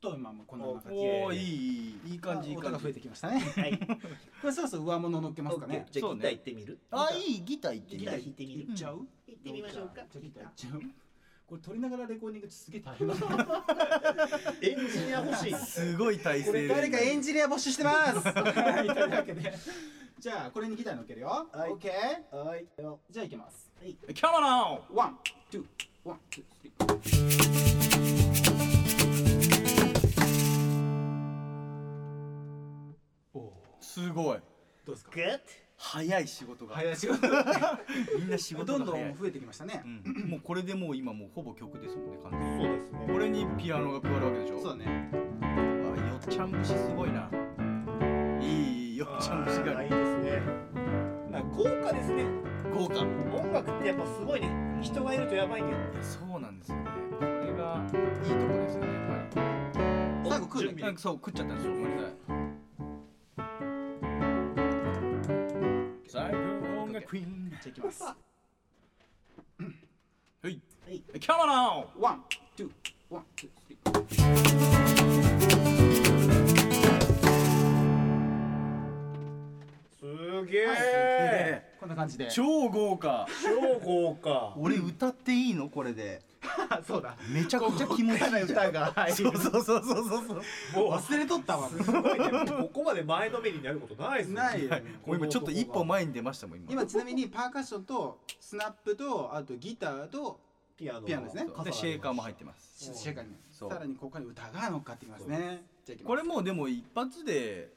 [SPEAKER 3] と今もこんな感じで
[SPEAKER 4] おおいいいい感じいい
[SPEAKER 3] 音
[SPEAKER 4] 感
[SPEAKER 3] が増え
[SPEAKER 4] じ。
[SPEAKER 3] てきましたね。はい。これそろそろ上物乗っけますかね。
[SPEAKER 4] じゃあギター行って
[SPEAKER 2] みる
[SPEAKER 4] あいいギターいって
[SPEAKER 3] ギター弾いてみる。ちゃう？行ってみましょうか。じゃあギター行っちゃう？ これ撮りながらレコーディングってすげえ大 変だ。
[SPEAKER 2] エンジニア欲しい。
[SPEAKER 4] すごい体勢で。
[SPEAKER 3] 誰かエンジニア募集してます。 はいというわけで、じゃあこれにギター乗っけるよ。
[SPEAKER 2] はい
[SPEAKER 3] オッケー。
[SPEAKER 2] はい。
[SPEAKER 3] じゃあ行きます。
[SPEAKER 4] Come on now!
[SPEAKER 3] ワン、ツー、ワン、ツー、スリー。おお。
[SPEAKER 4] すごい。
[SPEAKER 3] どうですか？
[SPEAKER 2] ッ
[SPEAKER 4] 早い仕事が。
[SPEAKER 3] 早い仕事。
[SPEAKER 4] みんな仕事
[SPEAKER 3] ど
[SPEAKER 4] が
[SPEAKER 3] んど
[SPEAKER 4] 早い
[SPEAKER 3] ん。増えてきましたね
[SPEAKER 4] う。んもうこれでもう今もうほぼ曲ですもんね完全に。
[SPEAKER 2] そうですね。
[SPEAKER 4] これにピアノが加わるわけでしょ
[SPEAKER 3] そうだね。
[SPEAKER 4] あよっちゃん節すごいな。いいよっちゃん節が
[SPEAKER 2] いいですね。なんか豪華ですね。
[SPEAKER 4] 豪華。い
[SPEAKER 2] 音楽ってやっぱすごいね。人がいるとやばいね。
[SPEAKER 4] やそうなんですよね。これがいいとこですよねやっぱ
[SPEAKER 3] 最後来る
[SPEAKER 4] り。
[SPEAKER 3] ね
[SPEAKER 4] なんかそう食っちゃったんですよごめんなさい。最高音楽クイーン。
[SPEAKER 3] じゃあ行きます。
[SPEAKER 4] はい。カモナ
[SPEAKER 3] ワン、ツー、ワン、ツー、スリー。
[SPEAKER 2] すげ
[SPEAKER 4] ー
[SPEAKER 2] え。
[SPEAKER 3] こんな感じで。
[SPEAKER 4] 超豪華。
[SPEAKER 2] 超豪華。
[SPEAKER 4] 俺歌っていいのこれで。
[SPEAKER 3] そうだ。
[SPEAKER 4] めちゃくちゃ気持ちいいじゃん。
[SPEAKER 3] 歌が入
[SPEAKER 4] そう
[SPEAKER 3] る。
[SPEAKER 4] そうそうそうそうそう。
[SPEAKER 2] もう
[SPEAKER 3] 忘れとったわ。
[SPEAKER 2] すごいね。ここまで前のめりになることないですね。
[SPEAKER 3] ないよ。
[SPEAKER 4] もう今ちょっと一歩前に出ましたもん今。
[SPEAKER 3] 今ちなみにパーカッションとスナップとあとギターと
[SPEAKER 2] ピアノ。
[SPEAKER 3] ピアノですね
[SPEAKER 4] そうでシェーカーも入ってます。
[SPEAKER 3] シェカに
[SPEAKER 4] そう
[SPEAKER 3] さらにここに歌が乗っかってきますね。じゃあ行きます
[SPEAKER 4] これもうでも一発で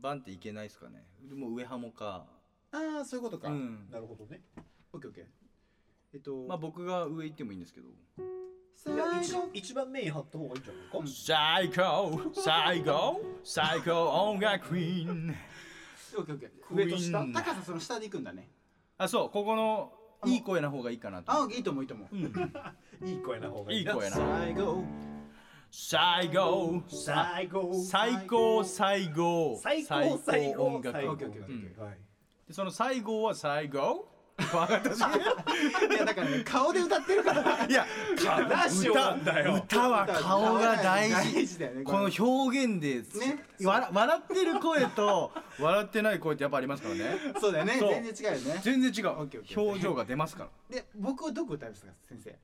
[SPEAKER 4] バンっていけないですかねもう上ハモか
[SPEAKER 3] ああそういうことか。
[SPEAKER 4] うん
[SPEAKER 2] なるほどね。
[SPEAKER 3] オッケーオッケー。えっと、
[SPEAKER 4] まあ僕が上行ってもいいんですけど
[SPEAKER 3] 最
[SPEAKER 5] い
[SPEAKER 3] 後
[SPEAKER 5] や一一番メイン張った方がいいんじゃないか、
[SPEAKER 3] うん
[SPEAKER 4] 最高最高最高音楽クイーン
[SPEAKER 3] オッケーオッケー
[SPEAKER 5] 上と下
[SPEAKER 4] クイーン
[SPEAKER 3] 高さその下で行くんだね
[SPEAKER 4] あそうここのいい声な方がいいかなと
[SPEAKER 3] あいいと思ういいと思う
[SPEAKER 5] いい声な方がいい
[SPEAKER 4] いい声な
[SPEAKER 3] 最後
[SPEAKER 4] 最高
[SPEAKER 5] 最高
[SPEAKER 4] 最高最高
[SPEAKER 5] 最高最高
[SPEAKER 4] 音楽
[SPEAKER 5] 最高
[SPEAKER 3] オッケーオッケーオッケ
[SPEAKER 4] ー
[SPEAKER 5] うんはい
[SPEAKER 4] でその最後は最高
[SPEAKER 3] いやだからね顔で歌ってるから
[SPEAKER 4] いや
[SPEAKER 5] ラジオなんだよ
[SPEAKER 4] 歌は顔が大事
[SPEAKER 3] 大事だよね
[SPEAKER 4] この表現で、
[SPEAKER 3] ね
[SPEAKER 4] わら笑ってる声と笑ってない声ってやっぱありますからね
[SPEAKER 3] そうだよね
[SPEAKER 4] そう
[SPEAKER 3] 全然違うよね
[SPEAKER 4] 全然違う
[SPEAKER 3] オッケーオッケー
[SPEAKER 4] 表情が出ますか
[SPEAKER 3] で僕はどこ歌いますか先生
[SPEAKER 4] ら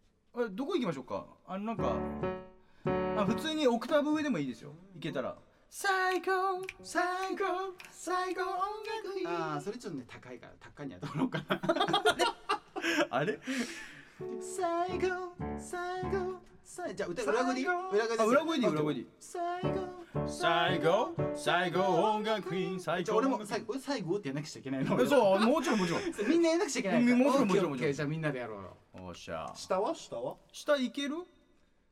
[SPEAKER 4] えどこ行きましょうかあのなんかあ普通にオクターブ上でもいいですよいけたら最高最高最高音
[SPEAKER 3] ああそれちょっとね高いから高いに当たろうかな
[SPEAKER 4] あれ
[SPEAKER 3] 最後最後最後じゃあ歌裏声でいい裏声
[SPEAKER 4] あ裏声でいい
[SPEAKER 3] オッケー
[SPEAKER 4] 裏声でいい
[SPEAKER 3] 最後
[SPEAKER 4] 最高最高音楽クイーン最
[SPEAKER 3] じゃあ俺も最後俺最後ってやんなくちゃいけないの
[SPEAKER 4] えそうもちろんもちろん
[SPEAKER 3] そうみんなやんなくちゃいけないから
[SPEAKER 4] もち
[SPEAKER 3] オッ
[SPEAKER 4] ろん
[SPEAKER 3] ケー
[SPEAKER 4] もちろんも
[SPEAKER 3] オッ
[SPEAKER 4] ち
[SPEAKER 3] ケ
[SPEAKER 4] ろ
[SPEAKER 3] ー
[SPEAKER 4] ん
[SPEAKER 3] じゃあみんなでやろうよ
[SPEAKER 4] おっしゃ
[SPEAKER 5] 下は下は
[SPEAKER 4] 下いける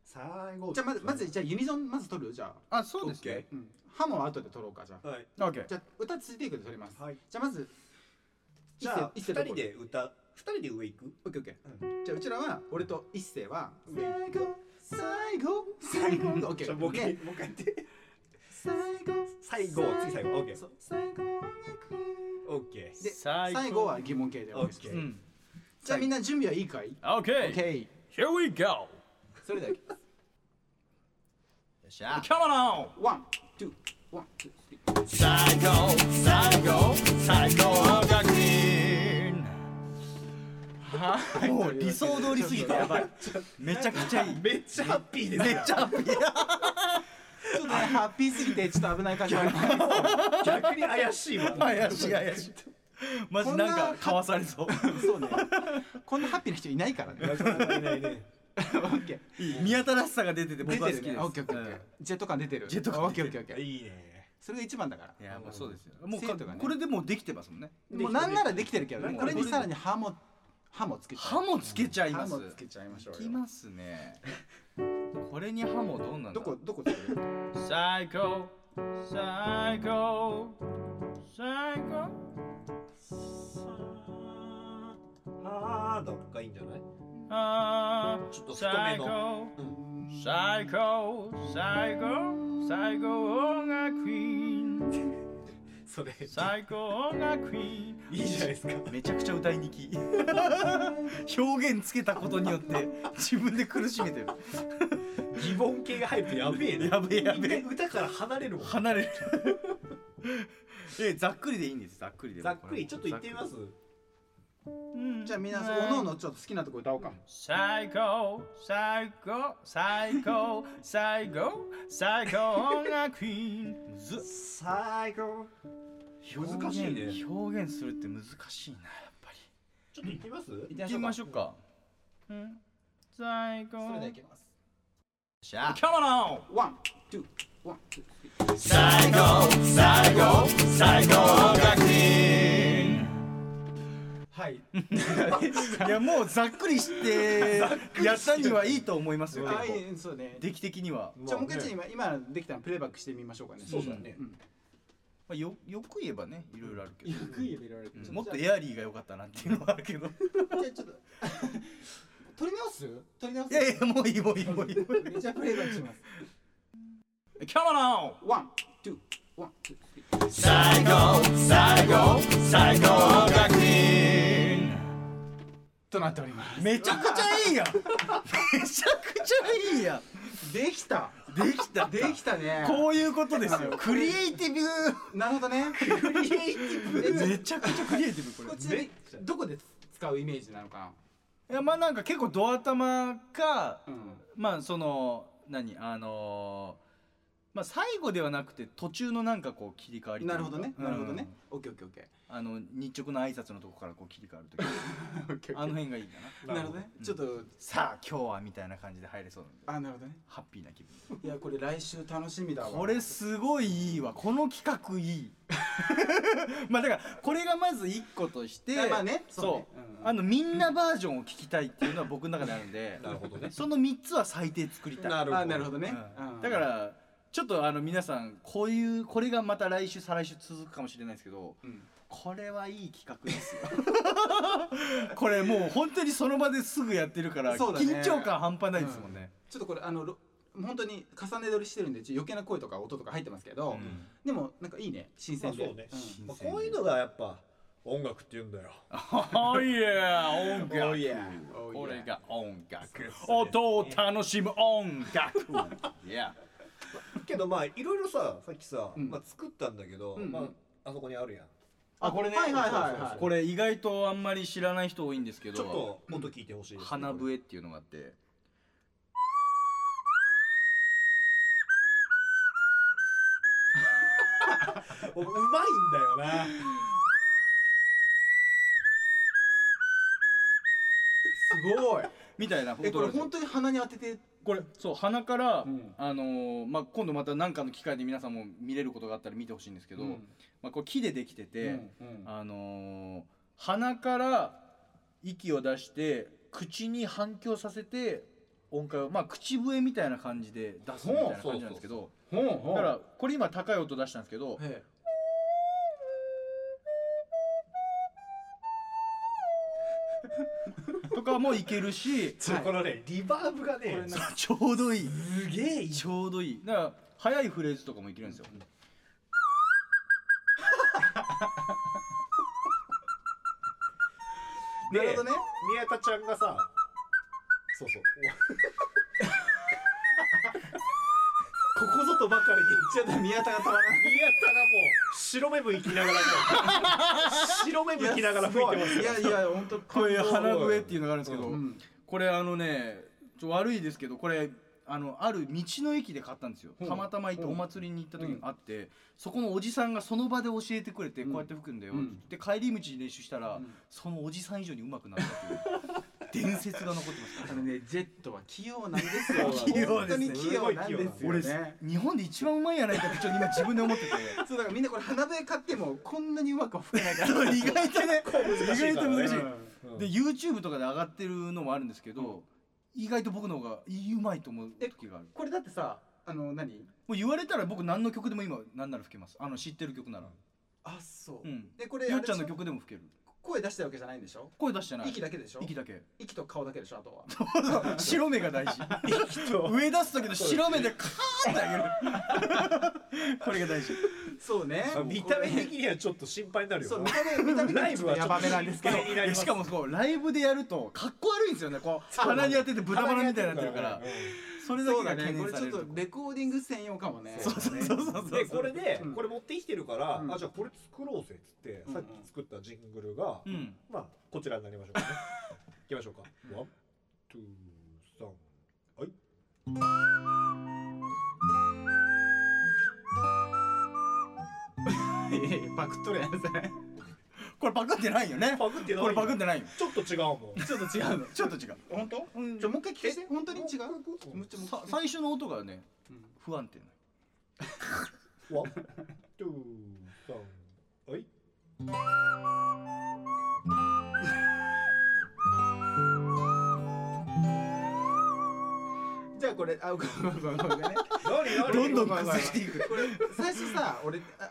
[SPEAKER 5] 最後
[SPEAKER 3] じゃあまずまずじゃあユニゾンまず取るよじゃあ
[SPEAKER 4] あそうです
[SPEAKER 5] オッ
[SPEAKER 4] ね
[SPEAKER 5] ケ
[SPEAKER 3] うんハモは後で取ろうかじゃあ
[SPEAKER 5] はい
[SPEAKER 4] オッケー
[SPEAKER 3] じゃあ歌ついていくで取ります
[SPEAKER 5] はい
[SPEAKER 3] じゃあまず
[SPEAKER 5] じゃあ
[SPEAKER 3] 一
[SPEAKER 5] 二
[SPEAKER 3] 世一世どこ
[SPEAKER 5] 人で歌二人で上行く
[SPEAKER 3] オッケーオッケー。じゃあうちらは俺と一星は
[SPEAKER 5] 上
[SPEAKER 3] 最後最後最後オッケ
[SPEAKER 5] じゃ
[SPEAKER 3] ー。
[SPEAKER 5] あもう一回
[SPEAKER 3] ね
[SPEAKER 5] もう一回やって
[SPEAKER 3] 最後
[SPEAKER 5] 最後次最後オッケー
[SPEAKER 3] そう最後音楽
[SPEAKER 5] オッケ
[SPEAKER 3] で
[SPEAKER 4] 最後
[SPEAKER 3] 最後は疑問形でお願いします
[SPEAKER 5] オッ
[SPEAKER 4] う
[SPEAKER 5] ケー
[SPEAKER 4] ん
[SPEAKER 3] じゃあみんな準備はいいかい？
[SPEAKER 4] オッケ
[SPEAKER 3] オッケー。
[SPEAKER 4] ー Here we go よ
[SPEAKER 3] それだけ。
[SPEAKER 4] っしゃ Come on
[SPEAKER 3] ワン、ツー、ワン、ツー、スリー。
[SPEAKER 4] 最高最高最高音楽クイーンはいもう理想通りすぎてやばいめちゃくちゃいい
[SPEAKER 5] ーめっちゃハッピーです
[SPEAKER 4] めっちゃハッピー
[SPEAKER 3] ちょっとねハッピーすぎてちょっと危ない感じがあります。
[SPEAKER 5] 逆に怪しい わ
[SPEAKER 4] 怪しい怪しいマジなんかかわされそう
[SPEAKER 3] そうね。こんなハッピーな人いないからね。
[SPEAKER 5] なかなかいないね
[SPEAKER 3] オッケー。
[SPEAKER 4] 見新しさが出て
[SPEAKER 3] 出
[SPEAKER 4] て僕は
[SPEAKER 3] て
[SPEAKER 4] 好き
[SPEAKER 3] るね。
[SPEAKER 4] です
[SPEAKER 3] オッケーオッケーオッケー。ジェット感出てる。
[SPEAKER 4] ジェット感
[SPEAKER 3] オッケーオッケーオッケー。
[SPEAKER 5] いいね
[SPEAKER 3] それが一番だから
[SPEAKER 4] うん。いやもうそうですよもうか
[SPEAKER 3] 生徒がね
[SPEAKER 4] これでもうできてますもんね
[SPEAKER 3] もうなんならできてるけどね。
[SPEAKER 5] でき
[SPEAKER 3] こ
[SPEAKER 5] てる
[SPEAKER 3] れにさらにハモハモつけちゃう。
[SPEAKER 4] 歯もつけちゃい
[SPEAKER 3] ハ
[SPEAKER 4] ます
[SPEAKER 3] モつけちゃいましょ
[SPEAKER 4] いうき
[SPEAKER 3] よ。
[SPEAKER 4] ますねこれに歯もどうなんだ
[SPEAKER 3] どこどこつける？
[SPEAKER 4] 最高最高最高
[SPEAKER 5] あーどっかいいんじゃない
[SPEAKER 4] あ
[SPEAKER 5] ちょっと
[SPEAKER 4] ー
[SPEAKER 5] 太め
[SPEAKER 4] 最
[SPEAKER 5] の
[SPEAKER 4] 高最高最高最高音楽クイーン
[SPEAKER 5] それ
[SPEAKER 4] 最高音楽クイーン
[SPEAKER 5] いいじゃないですか
[SPEAKER 4] めちゃくちゃ歌いに き表現つけたことによって自分で苦しめてる
[SPEAKER 5] 疑問系が入るとやべえな
[SPEAKER 4] やべえやべえ
[SPEAKER 5] 一回歌から離れるもん
[SPEAKER 4] 離れる えざっくりでいいんですざっくりで
[SPEAKER 5] ざっくりちょっと言ってみます
[SPEAKER 3] じゃあみんなそうおのおのちょっと好きなとこ歌おうか。
[SPEAKER 4] 最高最高最高最高最高音楽クイーンむずっ
[SPEAKER 5] 最後難しいね
[SPEAKER 4] 表現表現するって難しいなやっぱり
[SPEAKER 5] ちょっと行ってみます
[SPEAKER 3] 行
[SPEAKER 4] 行きましょうか、うん、最高
[SPEAKER 3] それではいきます。
[SPEAKER 4] しゃあ Come on
[SPEAKER 3] ワン、ツー、ワン、ツー。
[SPEAKER 4] 最高最高最高音楽クイーン
[SPEAKER 3] はい。
[SPEAKER 4] いやもうざっくりしてやったにはいいと思いますよ
[SPEAKER 3] あいいそうね。
[SPEAKER 4] 出来的には、
[SPEAKER 3] じゃあもう一回ちょっと今今できたのプレイバックしてみましょうかね。
[SPEAKER 5] そうだね
[SPEAKER 3] うん。
[SPEAKER 4] まあ、よよく言えばねいろいろあるけど
[SPEAKER 3] よく言えられて
[SPEAKER 4] う
[SPEAKER 3] る。
[SPEAKER 4] んもっとエアリーが良かったなっていうのはある け
[SPEAKER 3] じ
[SPEAKER 4] ど
[SPEAKER 3] ゃあちょっと取り直す？取り直す？
[SPEAKER 4] いやいやもういいもういいもういい
[SPEAKER 3] じゃあプレイバックします。
[SPEAKER 4] Come on
[SPEAKER 3] ワン、ツー、ワン、ツー。スリー
[SPEAKER 4] 最高最高最高学院
[SPEAKER 3] となっております。
[SPEAKER 4] めちゃくちゃいいやんめちゃくちゃいいや
[SPEAKER 3] できた。
[SPEAKER 4] んできた
[SPEAKER 3] できたね。
[SPEAKER 4] こういうこと ですよクリエイティ
[SPEAKER 3] なるほどね。クリエイティブ。
[SPEAKER 4] ブめちゃくちゃクリエイティブ
[SPEAKER 3] こ
[SPEAKER 4] これ
[SPEAKER 3] っちでどこで使うイメージなのか
[SPEAKER 4] いやまあなんか結構ドア玉か
[SPEAKER 3] な。うん。
[SPEAKER 4] まあその何あのーまあ最後ではなくて途中のなんかこう切り替わりという
[SPEAKER 3] なる
[SPEAKER 4] か
[SPEAKER 3] ほどね、
[SPEAKER 4] うん
[SPEAKER 3] なるほどね。オッケーオッケーオッケ
[SPEAKER 4] あの日直の挨拶のとこからこう切り替わるとき
[SPEAKER 3] ー。 オッケー
[SPEAKER 4] あの辺がいいかな
[SPEAKER 3] なるほどね。ちょっと、
[SPEAKER 4] さあ今日はみたいな感じで入れそうなんで
[SPEAKER 3] あ、なるほどね。
[SPEAKER 4] ハッピーな気分
[SPEAKER 3] いや、これ来週楽しみだわ。
[SPEAKER 4] これすごいいいわこの企 画いいまあだからこれがまず一個として
[SPEAKER 3] まあね。
[SPEAKER 4] そう
[SPEAKER 3] ね。うん
[SPEAKER 4] あのみんなバージョンを聞きたいっていうのは僕の中であるんで
[SPEAKER 5] なるほどね
[SPEAKER 4] その3つは最低作りたい
[SPEAKER 5] なるほど
[SPEAKER 3] あなるほどね、
[SPEAKER 4] うん
[SPEAKER 3] うん
[SPEAKER 4] だからちょっとあの皆さんこういうこれがまた来週再来週続くかもしれないですけど、
[SPEAKER 3] うん
[SPEAKER 4] これはいい企画 ですよこれもう本当にその場ですぐやってるから、
[SPEAKER 3] そうだね
[SPEAKER 4] 緊張感半端ないですもんね、
[SPEAKER 3] ちょっとこれあのろ本当に重ね撮りしてるんでちょ余計な声とか音とか入ってますけど、
[SPEAKER 5] うん
[SPEAKER 3] でもなんかいいね新
[SPEAKER 5] まあ
[SPEAKER 3] 鮮
[SPEAKER 5] そ
[SPEAKER 3] で、
[SPEAKER 5] うね
[SPEAKER 3] うん
[SPEAKER 4] 鮮
[SPEAKER 5] まあこういうのがやっぱ音楽って言うんだよ
[SPEAKER 4] おいや音楽、
[SPEAKER 5] Oh yeah
[SPEAKER 4] これが音楽
[SPEAKER 5] そうですね
[SPEAKER 4] 音を楽しむ音 楽いや
[SPEAKER 5] けどまあいろいろささっきさ
[SPEAKER 3] うん
[SPEAKER 5] まあ作ったんだけど
[SPEAKER 3] うんうん
[SPEAKER 5] まああそこにあるやん
[SPEAKER 4] あこれね
[SPEAKER 3] はいはいはいはい
[SPEAKER 4] これ意外とあんまり知らない人多いんですけど
[SPEAKER 5] ちょっと音聞いてほしいですね
[SPEAKER 4] 花笛っていうのがあって
[SPEAKER 5] おうまいんだよな
[SPEAKER 3] すごい
[SPEAKER 4] みたいな
[SPEAKER 3] えこれ本当に鼻に当てて
[SPEAKER 4] これそう鼻から、
[SPEAKER 3] うん
[SPEAKER 4] あのーまあ、今度また何かの機会で皆さんも見れることがあったら見てほしいんですけ
[SPEAKER 3] け
[SPEAKER 4] ど、まあ、これ木でできてて、
[SPEAKER 3] うん
[SPEAKER 4] あのー鼻から息を出して口に反響させて音階を、まあ、口笛みたいな感じで出すみたいな感じなんですけど
[SPEAKER 3] ほんほ
[SPEAKER 4] だ
[SPEAKER 3] ん
[SPEAKER 4] からこれ今高い音出したんですけど
[SPEAKER 3] え
[SPEAKER 4] とかもいけるし
[SPEAKER 5] ちょこのねリバーブがね
[SPEAKER 4] ちょうどいい
[SPEAKER 5] すげえいい
[SPEAKER 4] ちょうどいいだから早いフレーズとかもいけるんですよ。
[SPEAKER 3] えなるほどね
[SPEAKER 5] 宮田ちゃんがさそう そうここぞとばかりに
[SPEAKER 3] ちょっと宮田がたまらない
[SPEAKER 5] 宮田がもう白目向きながらもう白目向きながら吹いてます
[SPEAKER 3] い
[SPEAKER 5] よ
[SPEAKER 3] やいや本当
[SPEAKER 4] こういう鼻笛っていうのがあるんですけど、
[SPEAKER 3] うん
[SPEAKER 4] これあのねちょ悪いですけどこれあのある道の駅で買ったんですよ
[SPEAKER 3] ほう
[SPEAKER 4] たまたま行って
[SPEAKER 3] ほう
[SPEAKER 4] お祭りに行った時
[SPEAKER 3] う
[SPEAKER 4] に
[SPEAKER 3] ん
[SPEAKER 4] あって、そこのおじさんがその場で教えてくれて、
[SPEAKER 3] うん
[SPEAKER 4] こうやって吹くんだよ、
[SPEAKER 3] うん
[SPEAKER 4] で帰り道に練習したら、
[SPEAKER 3] うん
[SPEAKER 4] そのおじさん以上に上手くなったっていう伝説が残ってます
[SPEAKER 3] あ
[SPEAKER 4] から
[SPEAKER 3] のねジェットは器用なんですよ
[SPEAKER 5] 器
[SPEAKER 4] 用ですね
[SPEAKER 3] 本当に器用なんですよね
[SPEAKER 4] 日本で一番うまいんやないかってちょっと今自分で思ってて
[SPEAKER 3] そうだからみんなこれ鼻笛買ってもこんなにうまくは吹けないから
[SPEAKER 4] そう意 外とね
[SPEAKER 5] 難
[SPEAKER 4] 意
[SPEAKER 5] しい
[SPEAKER 4] 外
[SPEAKER 5] か
[SPEAKER 4] と
[SPEAKER 5] らね
[SPEAKER 4] 難しい、
[SPEAKER 5] うん
[SPEAKER 4] で YouTube とかで上がってるのもあるんですけど、意外と僕の方がうまいと思う時がある
[SPEAKER 3] これだってさあの何
[SPEAKER 4] もう言われたら僕何の曲でも今何なら吹けますあの知ってる曲なら
[SPEAKER 3] あそううんでこれ
[SPEAKER 4] よ
[SPEAKER 3] あ
[SPEAKER 4] っ
[SPEAKER 3] れ
[SPEAKER 4] ち
[SPEAKER 3] で
[SPEAKER 4] ゃ
[SPEAKER 3] し
[SPEAKER 4] んの
[SPEAKER 3] ょ
[SPEAKER 4] 曲でも吹ける
[SPEAKER 3] 声出してるわけじゃないんでしょ
[SPEAKER 4] 声出してない
[SPEAKER 3] 息だけでしょ
[SPEAKER 4] 息だけ
[SPEAKER 3] 息と顔だけでしょあとは
[SPEAKER 4] 白目が 大事上出す時の白目でカーンってあ げるこれが大事
[SPEAKER 3] そうね
[SPEAKER 5] まあ見た目
[SPEAKER 3] これ
[SPEAKER 5] 的にはちょっと心配になる
[SPEAKER 3] そう
[SPEAKER 5] よ
[SPEAKER 3] 見た目見た目
[SPEAKER 5] なライ
[SPEAKER 3] 的
[SPEAKER 5] ブ
[SPEAKER 3] には
[SPEAKER 5] はちょっと
[SPEAKER 3] ちょっとヤバめなんですけ
[SPEAKER 5] 心
[SPEAKER 3] ど
[SPEAKER 5] 配になります
[SPEAKER 4] しかもこうライブでやるとかっこ悪いんですよねこう鼻に当てて豚バラみたいになってるからそれだ
[SPEAKER 3] そ
[SPEAKER 4] け
[SPEAKER 3] うだ
[SPEAKER 4] が
[SPEAKER 3] ね
[SPEAKER 4] 懸
[SPEAKER 3] これ
[SPEAKER 4] 念さ
[SPEAKER 3] ちょ
[SPEAKER 4] れ
[SPEAKER 3] っ
[SPEAKER 4] る
[SPEAKER 3] とレコーディング専用かもね
[SPEAKER 5] そうそう
[SPEAKER 4] そうそうそう
[SPEAKER 5] でこれで
[SPEAKER 3] うん
[SPEAKER 5] これ持ってきてるから、
[SPEAKER 3] うん
[SPEAKER 5] あじゃあこれ作ろうぜっつって、
[SPEAKER 3] うん
[SPEAKER 5] さっき作ったジングルが、
[SPEAKER 4] うん
[SPEAKER 5] まあこちらになりましょうかねいきましょうかワンツーサンはい
[SPEAKER 3] いやいやパクっとるやんそれ
[SPEAKER 4] これパクってないよね
[SPEAKER 5] パクってない
[SPEAKER 4] これパクってないよ
[SPEAKER 5] ちょっと違うもん
[SPEAKER 3] ちょっと違うの
[SPEAKER 4] ちょっと違う
[SPEAKER 3] 本当
[SPEAKER 4] うん
[SPEAKER 3] ちょもう一回聞かせて本当に違うむっちゃもう一
[SPEAKER 4] さ
[SPEAKER 3] 回
[SPEAKER 4] 最初の音がね
[SPEAKER 3] うん
[SPEAKER 4] 不安定な
[SPEAKER 5] ワンツーサンはい
[SPEAKER 3] じゃあこれあごめんごめんご めんごめんね
[SPEAKER 5] 何何
[SPEAKER 4] どんどん
[SPEAKER 3] ごめごめ
[SPEAKER 4] 崩していく
[SPEAKER 3] これ最初さ俺あい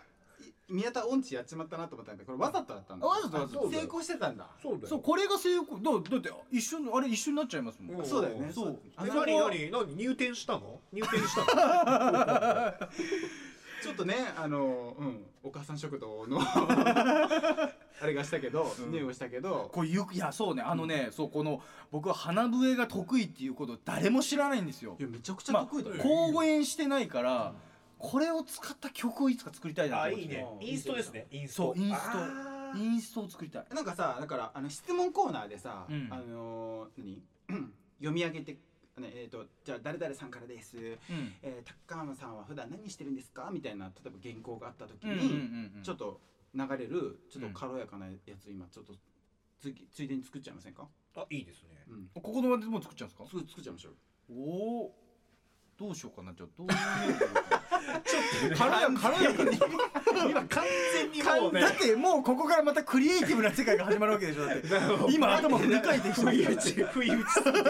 [SPEAKER 3] 宮田音痴やっちまったなと思ったんだけどこれわざとだったんだ
[SPEAKER 4] あわざとわざ
[SPEAKER 5] と
[SPEAKER 3] 成功してたんだ
[SPEAKER 5] そうだよ
[SPEAKER 4] そうこれが成功だだって一緒にあれ一緒になっちゃいますもん、
[SPEAKER 5] うん
[SPEAKER 3] そうだよね
[SPEAKER 4] そう
[SPEAKER 3] あ
[SPEAKER 5] え
[SPEAKER 3] の
[SPEAKER 5] 何何何入店したの入店したの
[SPEAKER 3] ちょっとねあのうんお母さん食堂のあれがしたけど
[SPEAKER 4] うん
[SPEAKER 3] 匂いがしたけど
[SPEAKER 4] こういういやそうねあのね、そうこの僕は鼻笛が得意っていうことを誰も知らないんですよ
[SPEAKER 3] いやめちゃくちゃ得意だよ
[SPEAKER 4] まあ交互演してないから、これを使った曲をいつか作りたいな
[SPEAKER 5] あ
[SPEAKER 4] と思
[SPEAKER 5] い
[SPEAKER 4] っ
[SPEAKER 5] い
[SPEAKER 4] て
[SPEAKER 5] ねインストですねインス
[SPEAKER 4] そ
[SPEAKER 5] ト
[SPEAKER 4] うインスト
[SPEAKER 5] あー
[SPEAKER 4] インストを作りたい
[SPEAKER 3] なんかさだからあの質問コーナーでさ、
[SPEAKER 4] うん
[SPEAKER 3] あのー何 読み上げて、ね、えっ、とじゃあ誰々さんからです、
[SPEAKER 4] うん
[SPEAKER 3] えー、高浜さんは普段何してるんですかみたいな例えば原稿があった時
[SPEAKER 4] うん
[SPEAKER 3] に、
[SPEAKER 4] うんうんうん
[SPEAKER 3] ちょっと流れるちょっと軽やかなやつ今ちょっとつついでに作っちゃいませんか、
[SPEAKER 5] あいいですね
[SPEAKER 3] うん、
[SPEAKER 4] ここの場でもう作っちゃうんですか
[SPEAKER 3] すぐ作っちゃいましょう
[SPEAKER 4] おおどうしようかなじゃあどう いうちょっと軽や軽やかに
[SPEAKER 5] 今完全にもうね
[SPEAKER 4] だってもうここからまたクリエイティブな世界が始まるわけでしょだって 今頭振り返ってきて
[SPEAKER 5] 不
[SPEAKER 4] る
[SPEAKER 5] 意打ち不意打ち
[SPEAKER 3] だって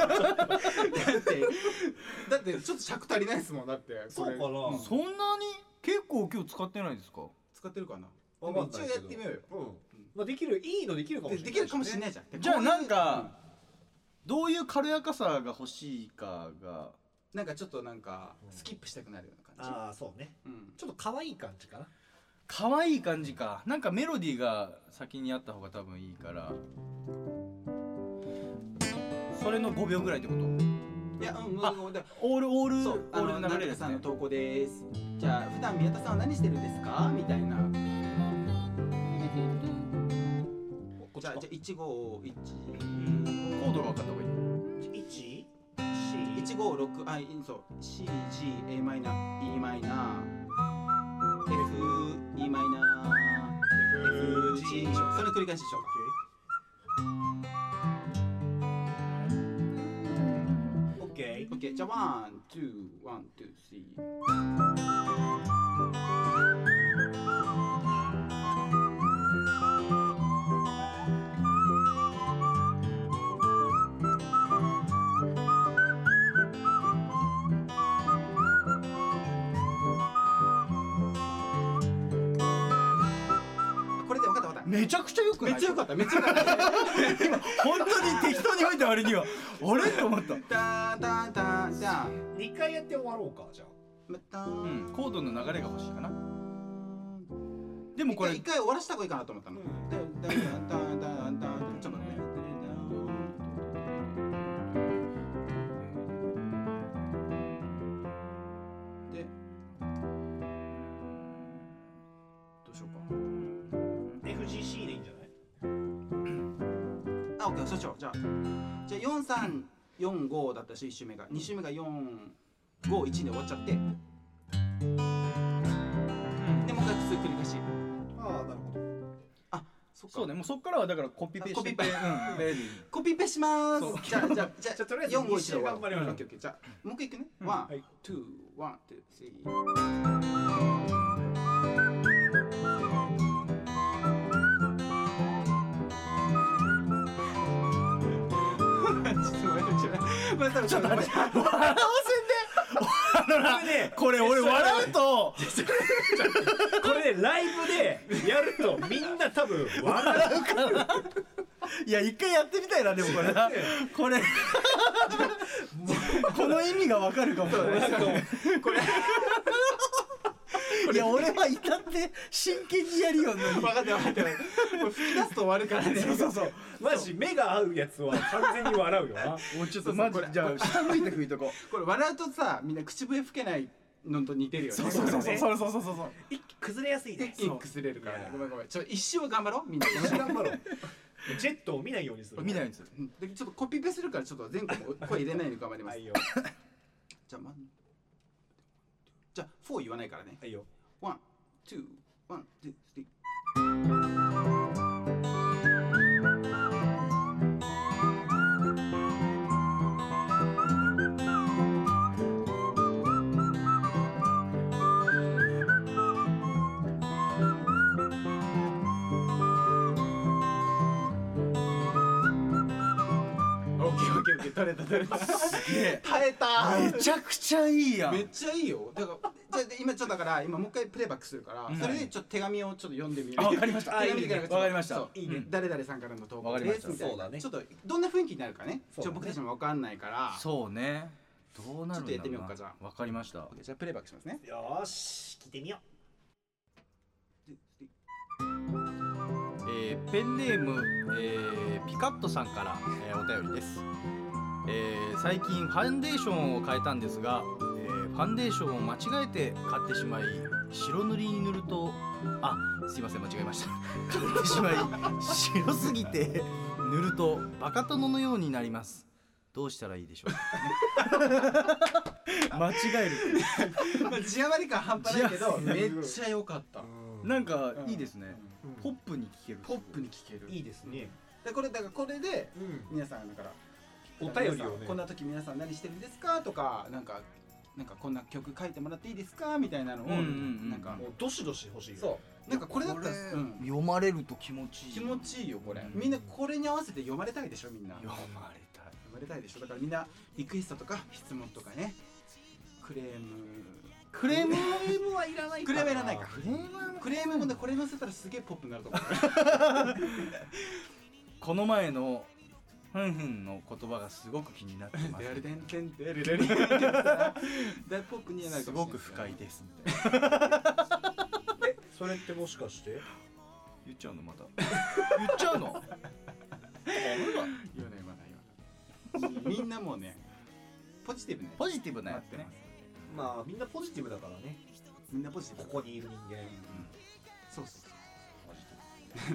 [SPEAKER 3] だってちょっと尺足りないですもんだってこれ
[SPEAKER 5] な
[SPEAKER 4] そんなに結構今日使ってないですか
[SPEAKER 3] 使ってるかな
[SPEAKER 5] わ
[SPEAKER 2] で
[SPEAKER 5] か
[SPEAKER 2] も
[SPEAKER 5] ん
[SPEAKER 2] 一
[SPEAKER 5] な
[SPEAKER 2] 応
[SPEAKER 5] い
[SPEAKER 2] や
[SPEAKER 5] け
[SPEAKER 2] っ
[SPEAKER 5] ど
[SPEAKER 2] てみようよ
[SPEAKER 5] うんまあできるいいのできるかも
[SPEAKER 3] で
[SPEAKER 5] しれない
[SPEAKER 3] できるかもしれないじゃんで
[SPEAKER 4] じゃあ
[SPEAKER 3] こういう
[SPEAKER 4] なんかどういう軽やかさが欲しいかが
[SPEAKER 3] なんかちょっとなんかスキップしたくなるような感
[SPEAKER 5] ああそうね
[SPEAKER 3] じうん
[SPEAKER 5] ちょっと可愛い感じかな
[SPEAKER 4] 可愛い感じかなんかメロディーが先にあった方が多分いいからそれの5秒ぐらいってこと
[SPEAKER 3] いやうん
[SPEAKER 4] あ
[SPEAKER 3] もうだ
[SPEAKER 4] オールオール
[SPEAKER 3] そう
[SPEAKER 4] オ
[SPEAKER 3] あの
[SPEAKER 4] ールの流
[SPEAKER 3] 成
[SPEAKER 4] れで
[SPEAKER 3] 田
[SPEAKER 4] す
[SPEAKER 3] さん
[SPEAKER 4] ね
[SPEAKER 3] の投稿ですじゃあ普段宮田さんは何してるんですかみたいな
[SPEAKER 5] こっち
[SPEAKER 3] じゃ
[SPEAKER 5] か
[SPEAKER 3] あじゃあ一五一
[SPEAKER 4] コードが分かった方がいい
[SPEAKER 5] 一
[SPEAKER 3] 一五六あいそう C G A マイナー E マイナー F E マイナー G それの繰り返しでしょうか
[SPEAKER 5] オッケー
[SPEAKER 3] OK じゃあワンツーワンツースリーこれで分かった分かった
[SPEAKER 4] めちゃくちゃよくな
[SPEAKER 3] め
[SPEAKER 4] い
[SPEAKER 3] っちゃよかっためっちゃよかった
[SPEAKER 4] 本当に適当に吹いた割に はあれと思った
[SPEAKER 3] ダーンダーンダーンダーン
[SPEAKER 5] 二回やって終わろうかじゃあ
[SPEAKER 3] また
[SPEAKER 4] うんコードの流れが欲しいかなでもこ
[SPEAKER 3] これ
[SPEAKER 4] れ
[SPEAKER 3] 一回終わらした方がいいかなと思ったの。だだだだだだちょっと待ってね。で、どうしよう
[SPEAKER 5] FGC でいいんじゃない
[SPEAKER 3] か。あ、オッケー、そうしよう。じゃあ、じゃあ四三四五だったし一周目が、二周目が四五一で終わっちゃって、でもう一回普通繰り返し。
[SPEAKER 5] ああなるほど
[SPEAKER 3] そっか
[SPEAKER 4] そうねもうそっからはだからコピペして
[SPEAKER 3] コピペ
[SPEAKER 4] うん ベリー
[SPEAKER 3] コピペしま
[SPEAKER 4] そう
[SPEAKER 3] ーす。じゃあじゃあじゃ
[SPEAKER 5] じゃあとりあえず
[SPEAKER 3] 四五
[SPEAKER 5] 二
[SPEAKER 3] 一
[SPEAKER 5] 周
[SPEAKER 3] で終わろう
[SPEAKER 5] 頑張りましょう
[SPEAKER 3] オッケーオッケーじゃあもう一回いくね。
[SPEAKER 4] うん
[SPEAKER 3] ワン
[SPEAKER 5] はい、
[SPEAKER 3] two, one, two, three. ちょっと待って
[SPEAKER 4] 笑わせんであのなこれ俺笑う と
[SPEAKER 5] これねライブでやるとみんな多分笑
[SPEAKER 4] いや一回やってみたいなでもこれなこ れこの意味がわかるかも
[SPEAKER 5] うなんかもう
[SPEAKER 4] いや俺は至って真剣にやるよな
[SPEAKER 3] 分かった分かったこれ吹き出すと終わるからねそうそうそう
[SPEAKER 5] マジ目が合うやつは完全に笑うよな
[SPEAKER 4] もうち
[SPEAKER 3] と
[SPEAKER 4] ょっと
[SPEAKER 3] マジ
[SPEAKER 4] マジじゃあ下向いて吹いとこ
[SPEAKER 3] これ笑うとさみんな口笛吹けないのと似てるよね
[SPEAKER 4] そうそうそうそう
[SPEAKER 3] こ
[SPEAKER 4] そうそうそうそう
[SPEAKER 5] 一気崩れやす い
[SPEAKER 3] れね
[SPEAKER 5] ね
[SPEAKER 3] 一気に崩れるからね
[SPEAKER 5] そう
[SPEAKER 3] ごめんごめんちょ一周は頑張ろうみんな
[SPEAKER 5] 一緒 に頑張ろう ジェットを見ないようにする
[SPEAKER 4] 見ないんですよ
[SPEAKER 3] うんでちょっとコピペするからちょっと前後も声入れないように頑張りま
[SPEAKER 5] は
[SPEAKER 3] す
[SPEAKER 5] いよ
[SPEAKER 3] じゃあまじゃあ4言わないからね
[SPEAKER 5] はいよ
[SPEAKER 3] ワンツーワンツースリーオッケーオッケーオッケー取れた取れた
[SPEAKER 4] すげえ
[SPEAKER 3] 耐えた
[SPEAKER 4] めちゃくちゃいいやん
[SPEAKER 3] めっちゃいいよだからじゃあで今ちょっとだから今もう一回プレイバックするから、
[SPEAKER 4] うん
[SPEAKER 3] それでちょっと手紙をちょっと読んでみる
[SPEAKER 4] あわかりました
[SPEAKER 3] 手紙で
[SPEAKER 4] わかりました
[SPEAKER 3] そう
[SPEAKER 5] いいね
[SPEAKER 4] うん
[SPEAKER 3] 誰々さんからの投稿
[SPEAKER 4] わかりま
[SPEAKER 3] で
[SPEAKER 4] し
[SPEAKER 3] す
[SPEAKER 4] た
[SPEAKER 3] みたいな
[SPEAKER 5] そうだね
[SPEAKER 3] ちょっとどんな雰囲気になるかね
[SPEAKER 5] そう
[SPEAKER 3] ち
[SPEAKER 5] だ
[SPEAKER 3] ょ
[SPEAKER 5] ね
[SPEAKER 3] 僕たちもわかんないから
[SPEAKER 4] そうねどうなるんだろうな
[SPEAKER 3] ちょっとやってみようかじゃ
[SPEAKER 4] わかりました
[SPEAKER 3] オッケーじゃあプレイバックしますね
[SPEAKER 5] よーし聞いてみよ
[SPEAKER 4] えーペンネーム、えーピカットさんから、えーお便りです、えー最近ファンデーションを変えたんですが、えーファンデーションを間違えて買ってしまい白塗りに塗るとあすいません間違えました 買ってしまい白すぎて塗るとバカ殿のようになりますどうしたらいいでしょうか 間違える
[SPEAKER 3] まあ字余り感半端ないけど
[SPEAKER 5] 字余
[SPEAKER 3] め
[SPEAKER 5] り
[SPEAKER 3] っちゃ良かった
[SPEAKER 5] う
[SPEAKER 4] なんかいいですね、
[SPEAKER 5] うん
[SPEAKER 4] ポップに聴ける
[SPEAKER 3] ポップに聞ける
[SPEAKER 5] いいですね
[SPEAKER 3] でこれだからこれで
[SPEAKER 5] うん
[SPEAKER 3] 皆さんだから
[SPEAKER 5] お便りを
[SPEAKER 3] 皆さん
[SPEAKER 5] ね
[SPEAKER 3] こんな時皆さん何してるんですかとかなんかなんかこんな曲書いてもらっていいですかみたいなのを、
[SPEAKER 4] うんうんうん
[SPEAKER 3] なんか
[SPEAKER 5] もうどしどし欲しいよ
[SPEAKER 2] そ
[SPEAKER 3] なんかこれだったら、うん
[SPEAKER 4] 読まれると気持ちいい
[SPEAKER 3] 気持ちいいよこれ、
[SPEAKER 4] うん
[SPEAKER 3] みんなこれに合わせて読まれたいでしょみんな
[SPEAKER 4] 読まれたい
[SPEAKER 3] 読まれたいでしょだからみんなリクエストとか質問とかねクレーム
[SPEAKER 4] クレームはいらない
[SPEAKER 3] クレームいらないか
[SPEAKER 4] クレームは
[SPEAKER 3] クレームもねこれ載せたらすげえポップになると思う
[SPEAKER 4] この前のふんふんの言葉がすごく気になってます
[SPEAKER 3] デレデンテンテレレレンってやつだだいぶポップにはなる
[SPEAKER 4] す
[SPEAKER 3] か
[SPEAKER 4] ご
[SPEAKER 3] もしれない
[SPEAKER 4] く不快
[SPEAKER 3] で
[SPEAKER 4] ですみたいな
[SPEAKER 5] それってもしかして
[SPEAKER 4] 言っちゃうのま た言っちゃうの
[SPEAKER 3] 言わない言わない言わないみんなもうねポジティブね
[SPEAKER 4] ポジティブな
[SPEAKER 3] 待ってま
[SPEAKER 4] やつね
[SPEAKER 3] す
[SPEAKER 5] まあみんなポジティブだからね
[SPEAKER 3] みんなポジティブ
[SPEAKER 5] ここにいる人間
[SPEAKER 3] そうそうそうで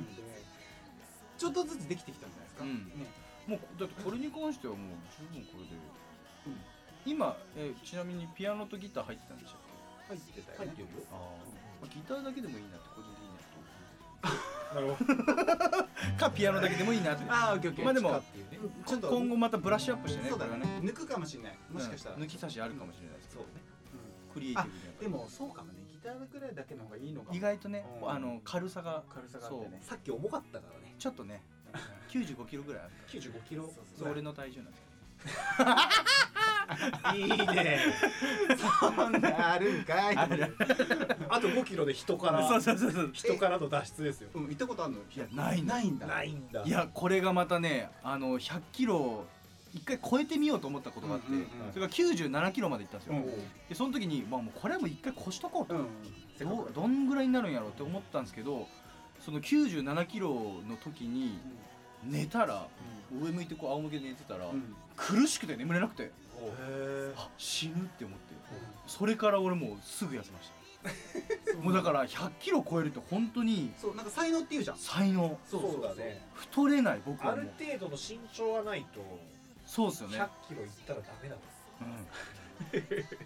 [SPEAKER 3] ちょっとずつできてきたんじゃないですか、
[SPEAKER 4] うん
[SPEAKER 3] ね
[SPEAKER 4] もうだってこれに関してはもう十分これで、
[SPEAKER 3] うん
[SPEAKER 4] 今えちなみにピアノとギター入ってたんでしたっ
[SPEAKER 3] 入ってたよ
[SPEAKER 5] 入
[SPEAKER 3] ね
[SPEAKER 5] ってるよ
[SPEAKER 4] けあ、まあ、ギターだけでもいいなって個人的には思
[SPEAKER 5] なるほ
[SPEAKER 4] うかピアノだけでもいいなって
[SPEAKER 3] ああ、オッケーオッケー。
[SPEAKER 4] まあでも
[SPEAKER 3] 力っていうねちょっと
[SPEAKER 4] 今後またブラッシュアップしてね
[SPEAKER 3] そうだ
[SPEAKER 4] これ
[SPEAKER 3] ね
[SPEAKER 4] は。
[SPEAKER 3] 抜くかもしれない。もしかしたら。
[SPEAKER 4] うん抜き差しあるかもしれないですけど、
[SPEAKER 3] う
[SPEAKER 4] クリエイティブにやっぱ
[SPEAKER 3] んでもそうかもね。ギターぐらいだけの方がいいのかも。
[SPEAKER 4] り意外とね、
[SPEAKER 3] うん
[SPEAKER 4] あの軽さが
[SPEAKER 3] 軽さがあってね
[SPEAKER 5] ど。さっき重かったからね
[SPEAKER 4] ちょっと ね95キロぐらいある
[SPEAKER 5] 95キロ
[SPEAKER 4] それ俺の体重なんですけ
[SPEAKER 5] いいね
[SPEAKER 3] そんなあるんかい。
[SPEAKER 5] あと5キロで人か
[SPEAKER 4] ど、そう
[SPEAKER 5] ら
[SPEAKER 4] そうそうそう
[SPEAKER 5] 人からの脱出ですよ
[SPEAKER 3] うん、行ったことあるの？いや
[SPEAKER 4] ない
[SPEAKER 3] ないんだ。
[SPEAKER 5] ないんだ
[SPEAKER 4] いやこれがまたねあの100キロを一回超えてみようと思ったことがあって、
[SPEAKER 3] うんうん
[SPEAKER 5] うん
[SPEAKER 4] それが97キロまで行ったんですよ、
[SPEAKER 3] うん
[SPEAKER 4] でその時に、まあ、もうこれはもう一回越しとこうと、
[SPEAKER 3] うん。
[SPEAKER 4] どうどんぐらいになるんやろうって思ったんですけどその97キロの時に寝たら上向いてこう仰向けで寝てたら、
[SPEAKER 3] うん。
[SPEAKER 4] 苦しくて眠れなくて
[SPEAKER 5] へえ
[SPEAKER 4] あ死ぬって思ってそれから俺もうすぐ痩せましたもうだから100キロ超えると本当に
[SPEAKER 3] そうなんか才能って言うじゃん。
[SPEAKER 4] 才能
[SPEAKER 5] そうそうだ ね
[SPEAKER 4] 太れない僕
[SPEAKER 5] あ
[SPEAKER 4] はもう
[SPEAKER 5] る程度の身長がないと
[SPEAKER 4] そうですよね
[SPEAKER 5] 100、キロいったらダメだ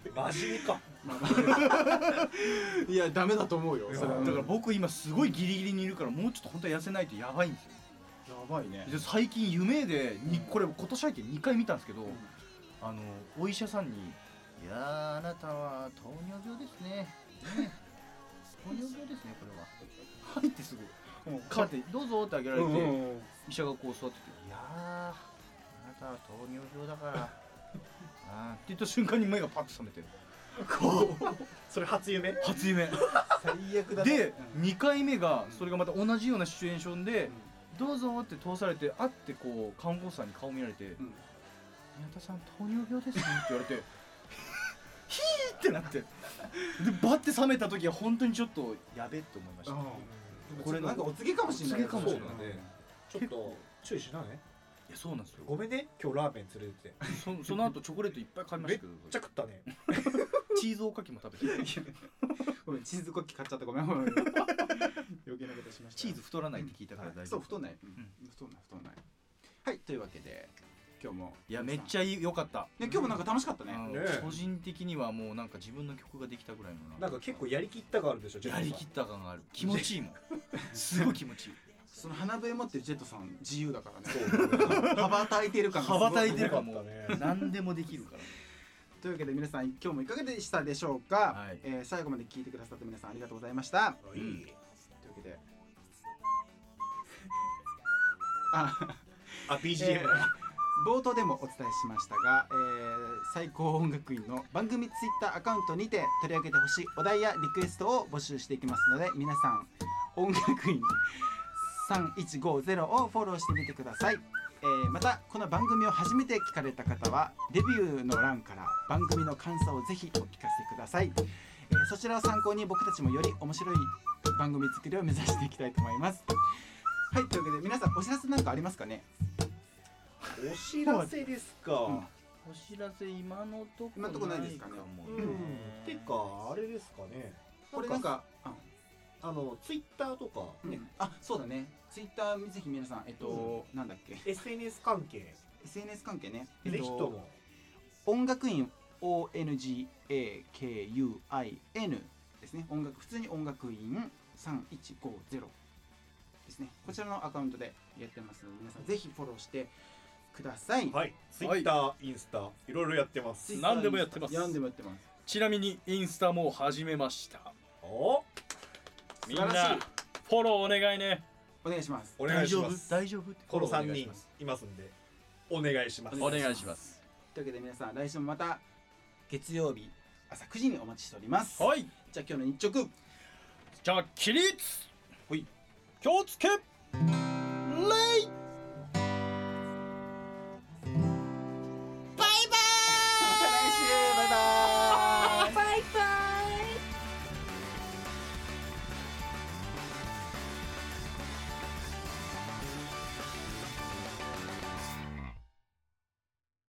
[SPEAKER 4] うん
[SPEAKER 5] もん真面目か
[SPEAKER 3] いやダメだと思うよ
[SPEAKER 5] いや
[SPEAKER 3] それは
[SPEAKER 4] だから僕今すごいギリギリにいるからもうちょっと本当は痩せないとやばいんですよ
[SPEAKER 3] やばいね。
[SPEAKER 4] で最近夢でに
[SPEAKER 3] うん
[SPEAKER 4] これ今年入って2回見たんですけど、
[SPEAKER 3] ん
[SPEAKER 4] あのお医者さんに「いやーあなたは糖尿病ですね」 ね「糖尿病ですねこれは」入ってすぐ
[SPEAKER 3] うん
[SPEAKER 4] 「かってどうぞ」ってあげら
[SPEAKER 3] う
[SPEAKER 4] れて、
[SPEAKER 3] んうんうん
[SPEAKER 4] 医者がこう座ってて「いやーあなたは糖尿病だから」 あーって言った瞬間に目がパッと覚めてこう
[SPEAKER 5] それ初夢
[SPEAKER 4] 初夢
[SPEAKER 3] 最悪だね。
[SPEAKER 4] で2回目がそれがまた同じようなシチュエーションで
[SPEAKER 3] うん
[SPEAKER 4] 「どうぞ」って通されてあってこう看護師さんに顔見られて
[SPEAKER 3] うん
[SPEAKER 4] 「宮田さん糖尿病ですね」って言われて 「ヒー!」ってなってでバッて冷めた時は本当にちょっとやべって思いまし
[SPEAKER 3] う
[SPEAKER 4] た
[SPEAKER 3] ん
[SPEAKER 4] これの
[SPEAKER 3] なんかお告げかもしれない。
[SPEAKER 4] お告げかもしれない
[SPEAKER 5] そうだねちょっと注意しなね
[SPEAKER 4] いやそうなんですよ
[SPEAKER 5] ごめんね今日ラーメン連れてってめっ
[SPEAKER 4] そ その後チョコレートいっぱい買いましたけど
[SPEAKER 5] ちゃ食ったね
[SPEAKER 4] チーズおかきも食べて
[SPEAKER 3] ごめんチーズコッキー買っちゃったご めんごめん。余計なことしました。
[SPEAKER 4] チーズ太らないって聞いたから大丈
[SPEAKER 3] そう
[SPEAKER 4] 夫
[SPEAKER 3] 太んない、うん太んない太んないはいというわけで今日も
[SPEAKER 4] いやめっち
[SPEAKER 3] ゃ
[SPEAKER 4] ゃいい良かった
[SPEAKER 3] 今日もなんか楽しかったね、
[SPEAKER 4] あの
[SPEAKER 5] ねえ
[SPEAKER 4] 個人的にはもうなんか自分の曲ができたぐらいの
[SPEAKER 5] なんか結構やりきったがあるでしょ
[SPEAKER 4] やりきった感がある気持ちいいもんすごい気持ちい い
[SPEAKER 3] その花笛持ってるジェットさん自由だからね
[SPEAKER 5] そう
[SPEAKER 3] 羽ばたいてる感がすごい
[SPEAKER 4] 羽ばたいて
[SPEAKER 5] よ
[SPEAKER 4] る
[SPEAKER 5] かったね
[SPEAKER 4] 何でもできるから
[SPEAKER 3] というわけで皆さん今日もいかがでしたでしょうか、
[SPEAKER 4] はい
[SPEAKER 3] えー最後まで聞いてくださった皆さんありがとうございました
[SPEAKER 5] いい
[SPEAKER 3] というわけ であ
[SPEAKER 5] あ BGM
[SPEAKER 3] えー冒頭でもお伝えしましたが、えー最高音楽院の番組ツイッターアカウントにて取り上げてほしいお題やリクエストを募集していきますので皆さん音楽院3150をフォローしてみてください、えーまたこの番組を初めて聞かれた方はレビューの欄から番組の感想をぜひお聞かせください、えーそちらを参考に僕たちもより面白い番組作りを目指していきたいと思いますはいというわけで皆さんお知らせなんかありますかね
[SPEAKER 5] お知らせですか
[SPEAKER 4] お知らせ今のとこ
[SPEAKER 3] 今のとこないですかね
[SPEAKER 4] も
[SPEAKER 5] うんてかあれですかね
[SPEAKER 3] これなんかあ
[SPEAKER 5] あのツイッターとか
[SPEAKER 3] ね
[SPEAKER 5] ね、
[SPEAKER 3] あそうだねツイッターぜひ皆さんえっと、なんだっけ
[SPEAKER 5] SNS 関係
[SPEAKER 3] SNS 関係ね、え
[SPEAKER 5] ぜ
[SPEAKER 3] っ
[SPEAKER 5] ひ
[SPEAKER 3] と、
[SPEAKER 5] とも
[SPEAKER 3] 音楽院 ONGAKUIN ですね音楽普通に音楽院3150ですねこちらのアカウントでやってますので皆さんぜひフォローしてください。
[SPEAKER 5] はい、ツイッター、インスタ、いろいろやってます。
[SPEAKER 4] 何でもやってます
[SPEAKER 3] 何でもやってます。
[SPEAKER 4] ちなみにインスタも始めました
[SPEAKER 5] お、
[SPEAKER 4] みんな
[SPEAKER 3] 素晴らしい
[SPEAKER 4] フォローお願いね
[SPEAKER 3] お願いします。
[SPEAKER 5] お願いします。
[SPEAKER 4] 大丈夫って
[SPEAKER 5] この三人いますんで、お願いします。
[SPEAKER 4] お願いします
[SPEAKER 3] というわけで皆さん来週もまた月曜日朝9時にお待ちしております。
[SPEAKER 4] はい
[SPEAKER 3] じゃあ今日の日直
[SPEAKER 4] じゃあ起立
[SPEAKER 3] ほい
[SPEAKER 4] 気をつけ礼